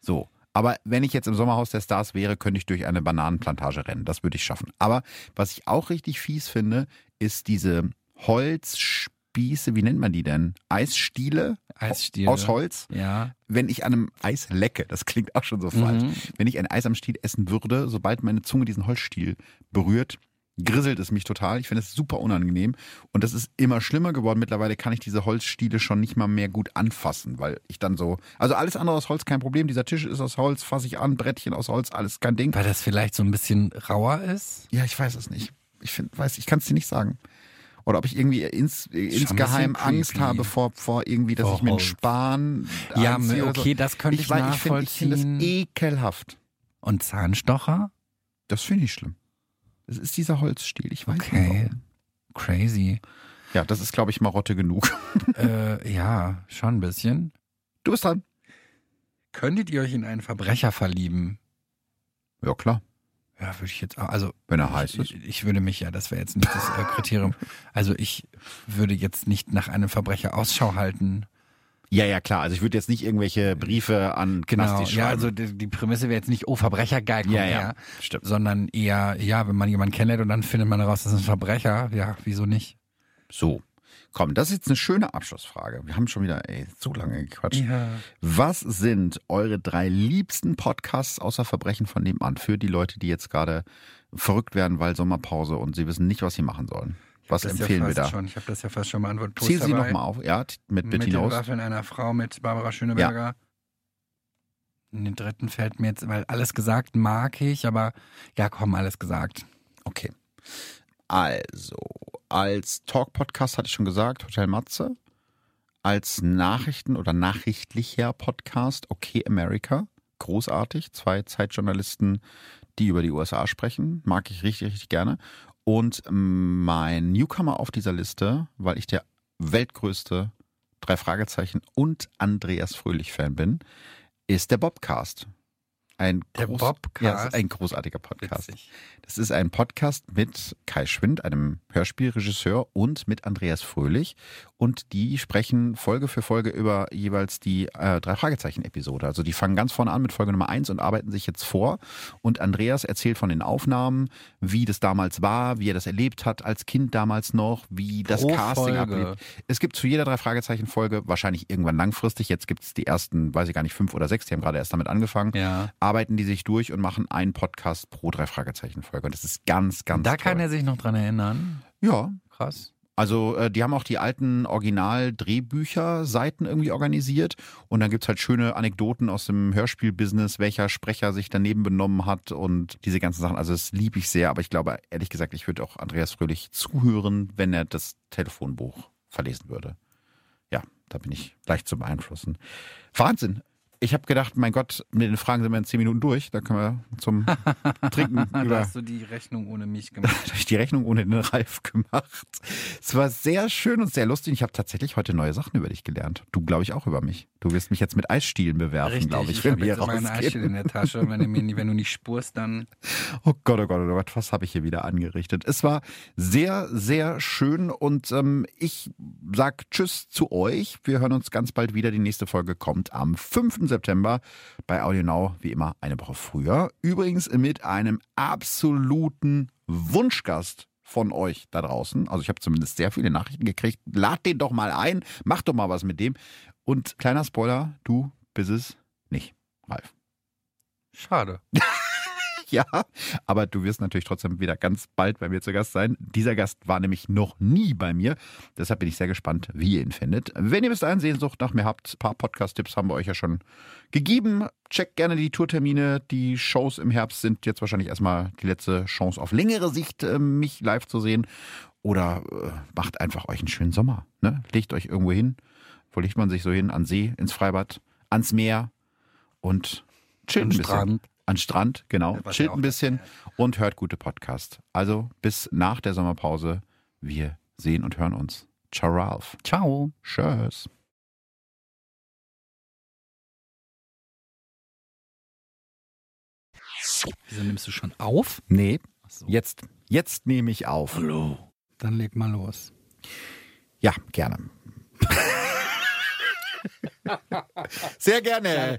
So. Aber wenn ich jetzt im Sommerhaus der Stars wäre, könnte ich durch eine Bananenplantage rennen. Das würde ich schaffen. Aber was ich auch richtig fies finde, ist diese Holzspieße, wie nennt man die denn? Eisstiele
Eisstiele.
aus Holz.
Ja.
Wenn ich an einem Eis lecke, das klingt auch schon so falsch,
Mhm.
wenn ich ein Eis am Stiel essen würde, sobald meine Zunge diesen Holzstiel berührt, grisselt es mich total. Ich finde es super unangenehm. Und das ist immer schlimmer geworden. Mittlerweile kann ich diese Holzstiele schon nicht mal mehr gut anfassen, weil ich dann so. Also alles andere aus Holz kein Problem. Dieser Tisch ist aus Holz, fasse ich an, Brettchen aus Holz, alles kein Ding.
Weil das vielleicht so ein bisschen rauer ist.
Ja, ich weiß es nicht. Ich find, weiß, ich kann es dir nicht sagen. Oder ob ich irgendwie ins, äh, insgeheim
bisschen
Angst
creepy.
habe vor, vor irgendwie, dass
Vor
ich mir einen
Holz.
Span
Ja,
anziehe oder so.
okay, das könnte ich,
also Ich, weiß, ich finde ich
nachvollziehen.
find das eh- ekelhaft.
Und Zahnstocher?
Das finde ich schlimm. Das ist dieser Holzstiel. Ich weiß nicht
Okay.
warum.
Crazy.
Ja, das ist, glaube ich, Marotte genug.
äh, ja, schon ein bisschen.
Du bist dran.
Könntet ihr euch in einen Verbrecher verlieben?
Ja, klar.
Ja, würde ich jetzt auch. Also,
Wenn er heiß ist.
ich, ich würde mich ja, das wäre jetzt nicht das äh, Kriterium. Also, ich würde jetzt nicht nach einem Verbrecher Ausschau halten.
Ja, ja, klar. Also ich würde jetzt nicht irgendwelche Briefe an Knasti schreiben.
ja, also die, die Prämisse wäre jetzt nicht, oh, Verbrechergeil, komm
ja,
her.
ja. Stimmt.
Sondern eher, ja, wenn man jemanden kennenlernt und dann findet man heraus, das ist ein Verbrecher, ja, wieso nicht?
So. Komm, das ist jetzt eine schöne Abschlussfrage. Wir haben schon wieder ey, so lange gequatscht.
Ja.
Was sind eure drei liebsten Podcasts außer Verbrechen von nebenan für die Leute, die jetzt gerade verrückt werden, weil Sommerpause und sie wissen nicht, was sie machen sollen? Was
Das ist
empfehlen
ja
wir
fast
da?
Schon. Ich habe das ja fast schon beantwortet. Toast
Zähl sie
dabei,
nochmal auf. Ja, t- mit
Mit den
Bettina Host.
Waffeln einer Frau, mit Barbara Schöneberger. In Den dritten fällt mir jetzt, weil alles gesagt mag ich, aber ja, komm, alles gesagt.
Okay. Also, als Talk-Podcast hatte ich schon gesagt, Hotel Matze. Als Nachrichten- oder nachrichtlicher Podcast, Okay America. Großartig. Zwei Zeitjournalisten, die über die USA sprechen. Mag ich richtig, richtig gerne. Und mein Newcomer auf dieser Liste, weil ich der weltgrößte Drei Fragezeichen und Andreas Fröhlich-Fan bin, ist der Bobcast. Ein,
Der
groß-
Bobcast?
Ja, ist ein großartiger Podcast.
Witzig.
Das ist ein Podcast mit Kai Schwind, einem Hörspielregisseur, und mit Andreas Fröhlich. Und die sprechen Folge für Folge über jeweils die äh, drei Fragezeichen-Episode. Also die fangen ganz vorne an mit Folge Nummer eins und arbeiten sich jetzt vor. Und Andreas erzählt von den Aufnahmen, wie das damals war, wie er das erlebt hat als Kind damals noch, wie das
Pro
Casting
Folge.
ablief. Es gibt zu jeder drei Fragezeichen-Folge, wahrscheinlich irgendwann langfristig. Jetzt gibt es die ersten, weiß ich gar nicht, fünf oder sechs, die haben gerade erst damit angefangen
Ja.
arbeiten die sich durch und machen einen Podcast pro drei Fragezeichen Folge. Und das ist ganz, ganz
Da
toll.
kann er sich noch dran erinnern.
ja,
Krass.
also äh, die haben auch die alten Original-Drehbücher-Seiten irgendwie organisiert. Und dann gibt es halt schöne Anekdoten aus dem Hörspiel-Business, welcher Sprecher sich daneben benommen hat und diese ganzen Sachen. Also das liebe ich sehr. Aber ich glaube, ehrlich gesagt, ich würde auch Andreas Fröhlich zuhören, wenn er das Telefonbuch verlesen würde. Ja, da bin ich leicht zu beeinflussen. Wahnsinn. Ich habe gedacht, mein Gott, mit den Fragen sind wir in zehn Minuten durch. Da können wir zum Trinken
Ah, da
über
hast du die Rechnung ohne mich gemacht.
durch die Rechnung ohne den Ralf gemacht. Es war sehr schön und sehr lustig. Ich habe tatsächlich heute neue Sachen über dich gelernt. Du, glaube ich, auch über mich. Du wirst mich jetzt mit Eisstielen bewerfen, glaube ich, wenn
hab
wir hier
jetzt immer einen Eichel
rausgehen.
in der Tasche. und Wenn du, mir, wenn du nicht spurst, dann
Oh Gott, oh Gott, oh Gott, was habe ich hier wieder angerichtet? Es war sehr, sehr schön und ähm, ich sag Tschüss zu euch. Wir hören uns ganz bald wieder. Die nächste Folge kommt am 5. September bei Audio Now, wie immer eine Woche früher. Übrigens mit einem absoluten Wunschgast von euch da draußen. Also ich habe zumindest sehr viele Nachrichten gekriegt. Lad den doch mal ein, mach doch mal was mit dem. Und kleiner Spoiler, du bist es nicht, Ralf.
schade.
Ja, aber du wirst natürlich trotzdem wieder ganz bald bei mir zu Gast sein. Dieser Gast war nämlich noch nie bei mir. Deshalb bin ich sehr gespannt, wie ihr ihn findet. Wenn ihr bis dahin Sehnsucht nach mir habt, ein paar Podcast-Tipps haben wir euch ja schon gegeben. Checkt gerne die Tourtermine. Die Shows im Herbst sind jetzt wahrscheinlich erstmal die letzte Chance auf längere Sicht, äh, mich live zu sehen. Oder äh, macht einfach euch einen schönen Sommer. Ne? Legt euch irgendwo hin. Wo legt man sich so hin? An See, ins Freibad, ans Meer und chillt ein
Am
bisschen
Strand.
an den Strand, genau.
Was
Chillt
ja auch
ein bisschen
das
und hört gute Podcasts. Also bis nach der Sommerpause. Wir sehen und hören uns. Ciao, Ralph.
Ciao.
Tschüss.
Wieso nimmst du schon auf?
Nee,
Ach so.
jetzt, jetzt nehme ich auf.
Hallo. Dann leg mal los.
Ja, gerne. Sehr gerne.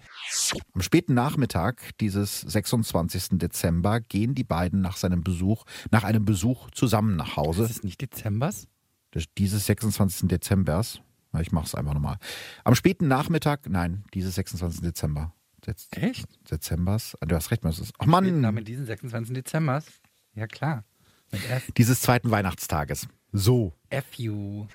Am späten Nachmittag dieses 26. Dezember gehen die beiden nach seinem Besuch, nach einem Besuch zusammen nach Hause.
Ist es nicht Dezembers?
des- dieses 26. Dezembers, na, ich mache es einfach nochmal, am späten Nachmittag, nein, dieses 26. Dezember, Dez,
Echt?
Dezembers, Ah, du hast recht, man ist, ach
Na,
Mann,
Hm. Genau, mit diesem 26. Dezembers? Ja, klar. Mit F.
dieses zweiten Weihnachtstages. So.
F you.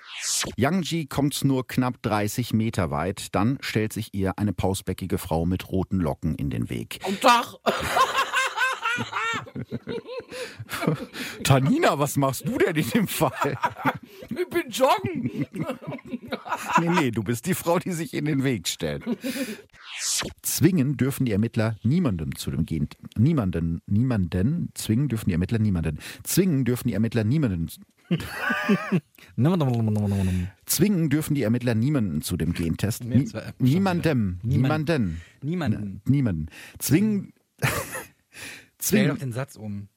Yang Ji kommt nur knapp 30 Meter weit, dann stellt sich ihr eine pausbäckige Frau mit roten Locken in den Weg.
Guten Tag.
Tanina, was machst du denn in dem Fall?
Ich bin joggen.
Nee, nee, du bist die Frau, die sich in den Weg stellt. Zwingen dürfen die Ermittler niemandem zu dem Gen. Niemanden, niemanden. Zwingen dürfen die Ermittler niemanden. Zwingen dürfen die Ermittler niemanden. Zwingen dürfen die Ermittler niemanden zu dem Gentest.
Mir
Nie,
zwei App schon
niemandem.
wieder.
Niemanden.
Niemanden.
Niemanden. Zwingen.
Dreh doch
zwingen.
den Satz um.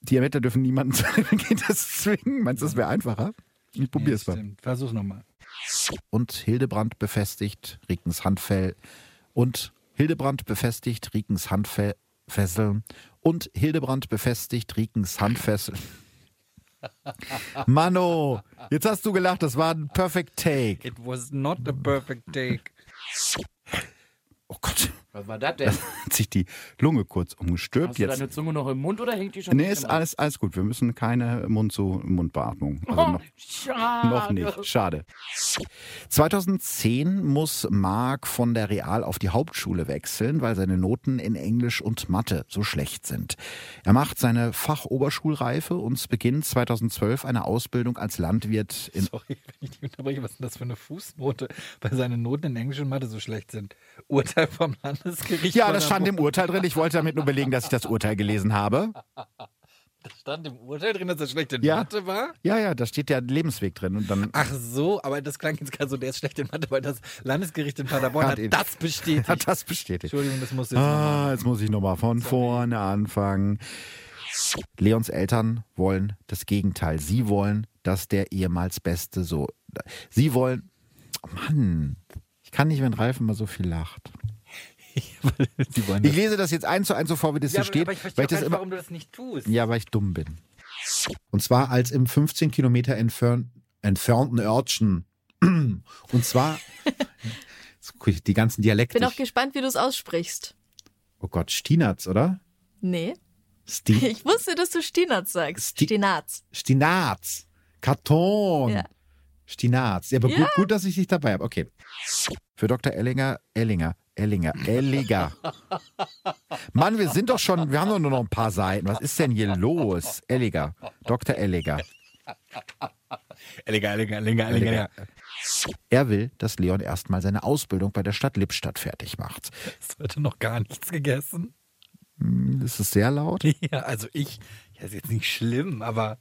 Die Ermittler dürfen niemanden zu dem Gentest zwingen. Meinst du, das wäre einfacher? Ich probiere es mal.
stimmt. Versuch nochmal.
und Hildebrand befestigt Rikens Handfell und Hildebrand befestigt Rikens Handfesseln und Hildebrand befestigt Rikens Handfesseln. Mano, jetzt hast du gelacht, das war ein Perfect Take.
It was not a perfect take.
Oh Gott,
Was war das denn?
hat sich die Lunge kurz umgestülpt
Hast du
jetzt.
deine Zunge noch im Mund oder hängt die schon?
Nee, ist alles, alles gut. Wir müssen keine Mund-zu-Mund-Beatmung. Also
Oh,
noch,
schade.
Noch nicht, schade. 2010 muss Marc von der Real auf die Hauptschule wechseln, weil seine Noten in Englisch und Mathe so schlecht sind. Er macht seine Fachoberschulreife und beginnt 2012 eine Ausbildung als Landwirt in
Sorry, wenn ich dich unterbreche, was ist denn das für eine Fußnote, weil seine Noten in Englisch und Mathe so schlecht sind? Urteil vom Landesgericht.
ja,
von
das
der
stand
Wo-
im Urteil drin. Ich wollte damit nur belegen, dass ich das Urteil gelesen habe.
das stand im Urteil drin, dass er schlecht in
Ja.
Mathe war?
Ja, ja, da steht der Lebensweg drin. Und dann
Ach so, aber das klang jetzt gerade so, der ist schlecht in Mathe, weil das Landesgericht in Paderborn
Hat
hat
ihn-
das bestätigt.
hat das bestätigt.
Entschuldigung, das muss jetzt
Ah, jetzt muss ich nochmal von vorne anfangen. Leons Eltern wollen das Gegenteil. Sie wollen, dass der ehemals Beste so. Sie wollen. Oh Mann, ich kann nicht, wenn Ralf immer so viel lacht.
nochmal. Die wollen
Ich lese das jetzt eins zu eins so vor, wie das
ja,
hier steht.
aber ich verstehe
weil
auch
ich das
gar nicht,
immer,
warum du das nicht tust.
ja, weil ich dumm bin. Und zwar als im 15 Kilometer entfern, entfernten Örtchen. Und zwar. Jetzt guck ich Die ganzen Dialekte.
Bin auch gespannt, wie du es aussprichst.
Oh Gott, Stinatz, oder?
Nee.
Stin
Ich wusste, dass du Stinatz sagst.
Sti-
Stinatz.
Stinaz. Karton.
Ja.
Stinaz. Ja, aber
Ja.
Gut, gut, dass ich dich dabei habe. Okay. Für Dr. Ellinger, Ellinger, Ellinger, Ellinger. Mann, wir sind doch schon, wir haben doch nur noch ein paar Seiten. Was ist denn hier los? Ellinger, Dr. Ellinger. Äh,
Elliger, Elliger, Elliger,
Elliger. Er will, dass Leon erstmal seine Ausbildung bei der Stadt Lippstadt fertig macht.
Hast du heute noch gar nichts gegessen?
Hm, Ist es sehr laut?
Ja, also ich, ja, ist jetzt nicht schlimm, aber,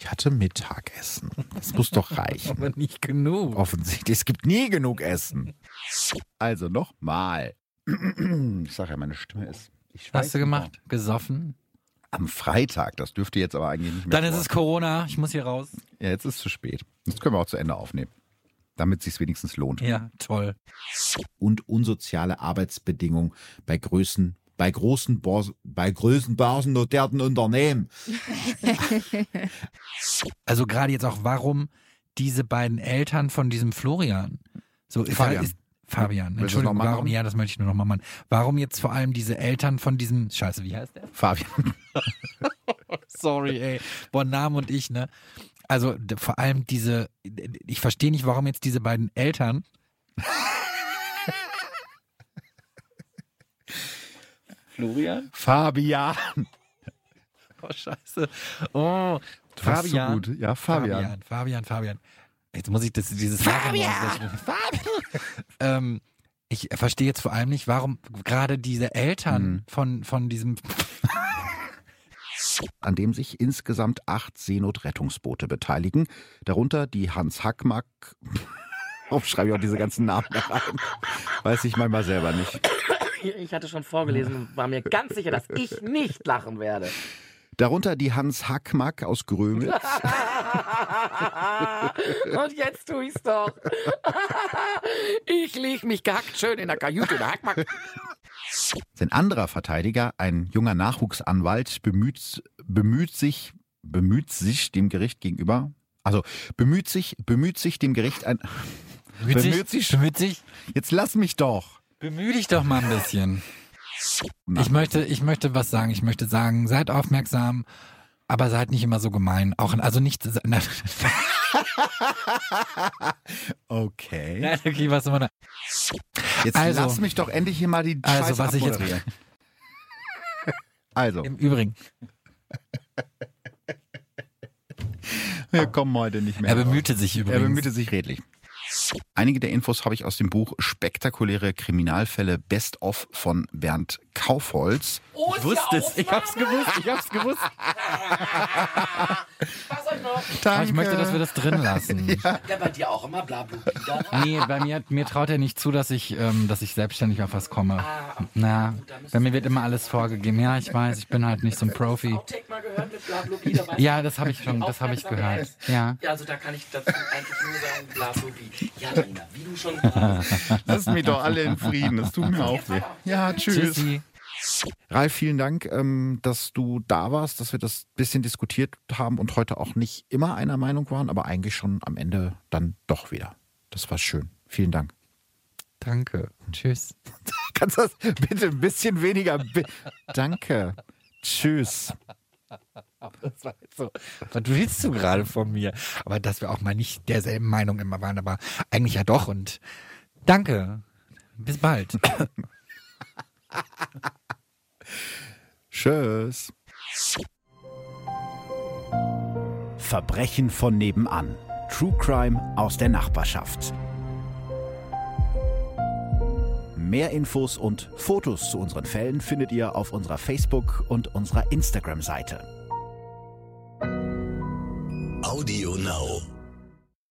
Ich hatte Mittagessen. Das muss doch reichen.
aber nicht genug.
Offensichtlich, es gibt nie genug Essen. Also nochmal. Ich sag ja, meine Stimme ist. Ich
Hast du
schweife
gemacht? Gesoffen?
noch. Am Freitag, das dürfte jetzt aber eigentlich nicht mehr.
Dann ist es Corona, ich muss hier raus.
es. Ja, jetzt ist es zu spät. Jetzt können wir auch zu Ende aufnehmen. Damit es sich wenigstens lohnt.
Ja, toll.
Und unsoziale Arbeitsbedingungen bei Größen, bei großen Bors bei Größen börsennotierten Unternehmen.
Also gerade jetzt auch, warum diese beiden Eltern von diesem Florian? So,
Fabian.
Ist, Fabian,
Willst du es
Entschuldigung,
noch mal
warum,
machen?
ja, das möchte ich nur nochmal machen. Warum jetzt vor allem diese Eltern von diesem, scheiße, wie heißt der?
Fabian.
Sorry, ey. Bonam und ich, ne? Also d- vor allem diese, ich verstehe nicht, warum jetzt diese beiden Eltern Florian?
Fabian.
Oh, scheiße. Oh,
Du warst
Fabian.
So gut. Ja, Fabian.
Fabian, Fabian, Fabian. Jetzt muss ich das, dieses Fabian, ähm, ich verstehe jetzt vor allem nicht, warum gerade diese Eltern
Hm.
von, von diesem.
an dem sich insgesamt acht Seenotrettungsboote beteiligen, darunter die Hans Hackmack. Warum schreibe ich auch diese ganzen Namen da rein? Weiß ich manchmal selber nicht.
Ich hatte schon vorgelesen und war mir ganz sicher, dass ich nicht lachen werde.
Darunter die Hans Hackmack aus Grömitz,
und jetzt tu ich's doch. ich leg mich gehackt schön in der Kajüte in der Hackmack.
sein anderer Verteidiger, ein junger Nachwuchsanwalt, bemüht, bemüht sich, bemüht sich dem Gericht gegenüber, also bemüht sich, bemüht sich dem Gericht ein, Bemüht sich.
bemüht sich.
jetzt lass mich doch.
Bemühe dich doch mal ein bisschen.
Na.
Ich möchte, ich möchte was sagen. Ich möchte sagen, seid aufmerksam, aber seid nicht immer so gemein. Auch, also nicht. Nein,
Okay.
nein, okay, was immer.
Jetzt
Also.
lass mich doch endlich hier mal die
Also,
Scheiße
was ich jetzt-
abmoderieren. Also,
Im Übrigen.
Wir kommen heute nicht mehr.
Er bemühte sich übrigens.
Ah. Er bemühte sich redlich. Einige der Infos habe ich aus dem Buch Spektakuläre Kriminalfälle Best of von Bernd Kaufholz.
Oh,
Ich wusste es. Ich hab's gewusst. Ich hab's gewusst.
Was euch noch?
Aber ich möchte, dass wir das drin lassen.
Ja, bei dir auch immer Blablu.
Nee, bei mir, mir traut er nicht zu, dass ich, ähm, dass ich selbstständig auf was komme. Na, bei mir wird immer alles vorgegeben. Ja, ich weiß, ich bin halt nicht so ein Profi.
Outtake mal gehört mit Blablu.
Ja, das habe ich schon, das habe ich gehört. Ja.
Ja, also da kann ich dazu eigentlich nur sagen, Blablu. Ja, Dina, wie du schon sagst.
Lasst mich doch alle in Frieden. Das tut mir auch weh. Ja, tschüss.
Tschüssi.
Ralf, vielen Dank, ähm, dass du da warst, dass wir das bisschen diskutiert haben und heute auch nicht immer einer Meinung waren, aber eigentlich schon am Ende dann doch wieder. Das war schön. Vielen Dank.
Danke. Tschüss.
Kannst du das bitte ein bisschen weniger? bi- Danke. Tschüss.
Das war jetzt so. Was willst du gerade von mir? Aber dass wir auch mal nicht derselben Meinung immer waren, aber eigentlich ja doch. Und danke. Bis bald.
Tschüss.
Verbrechen von nebenan. True Crime aus der Nachbarschaft. Mehr Infos und Fotos zu unseren Fällen findet ihr auf unserer Facebook- und unserer Instagram-Seite.
Audio Now.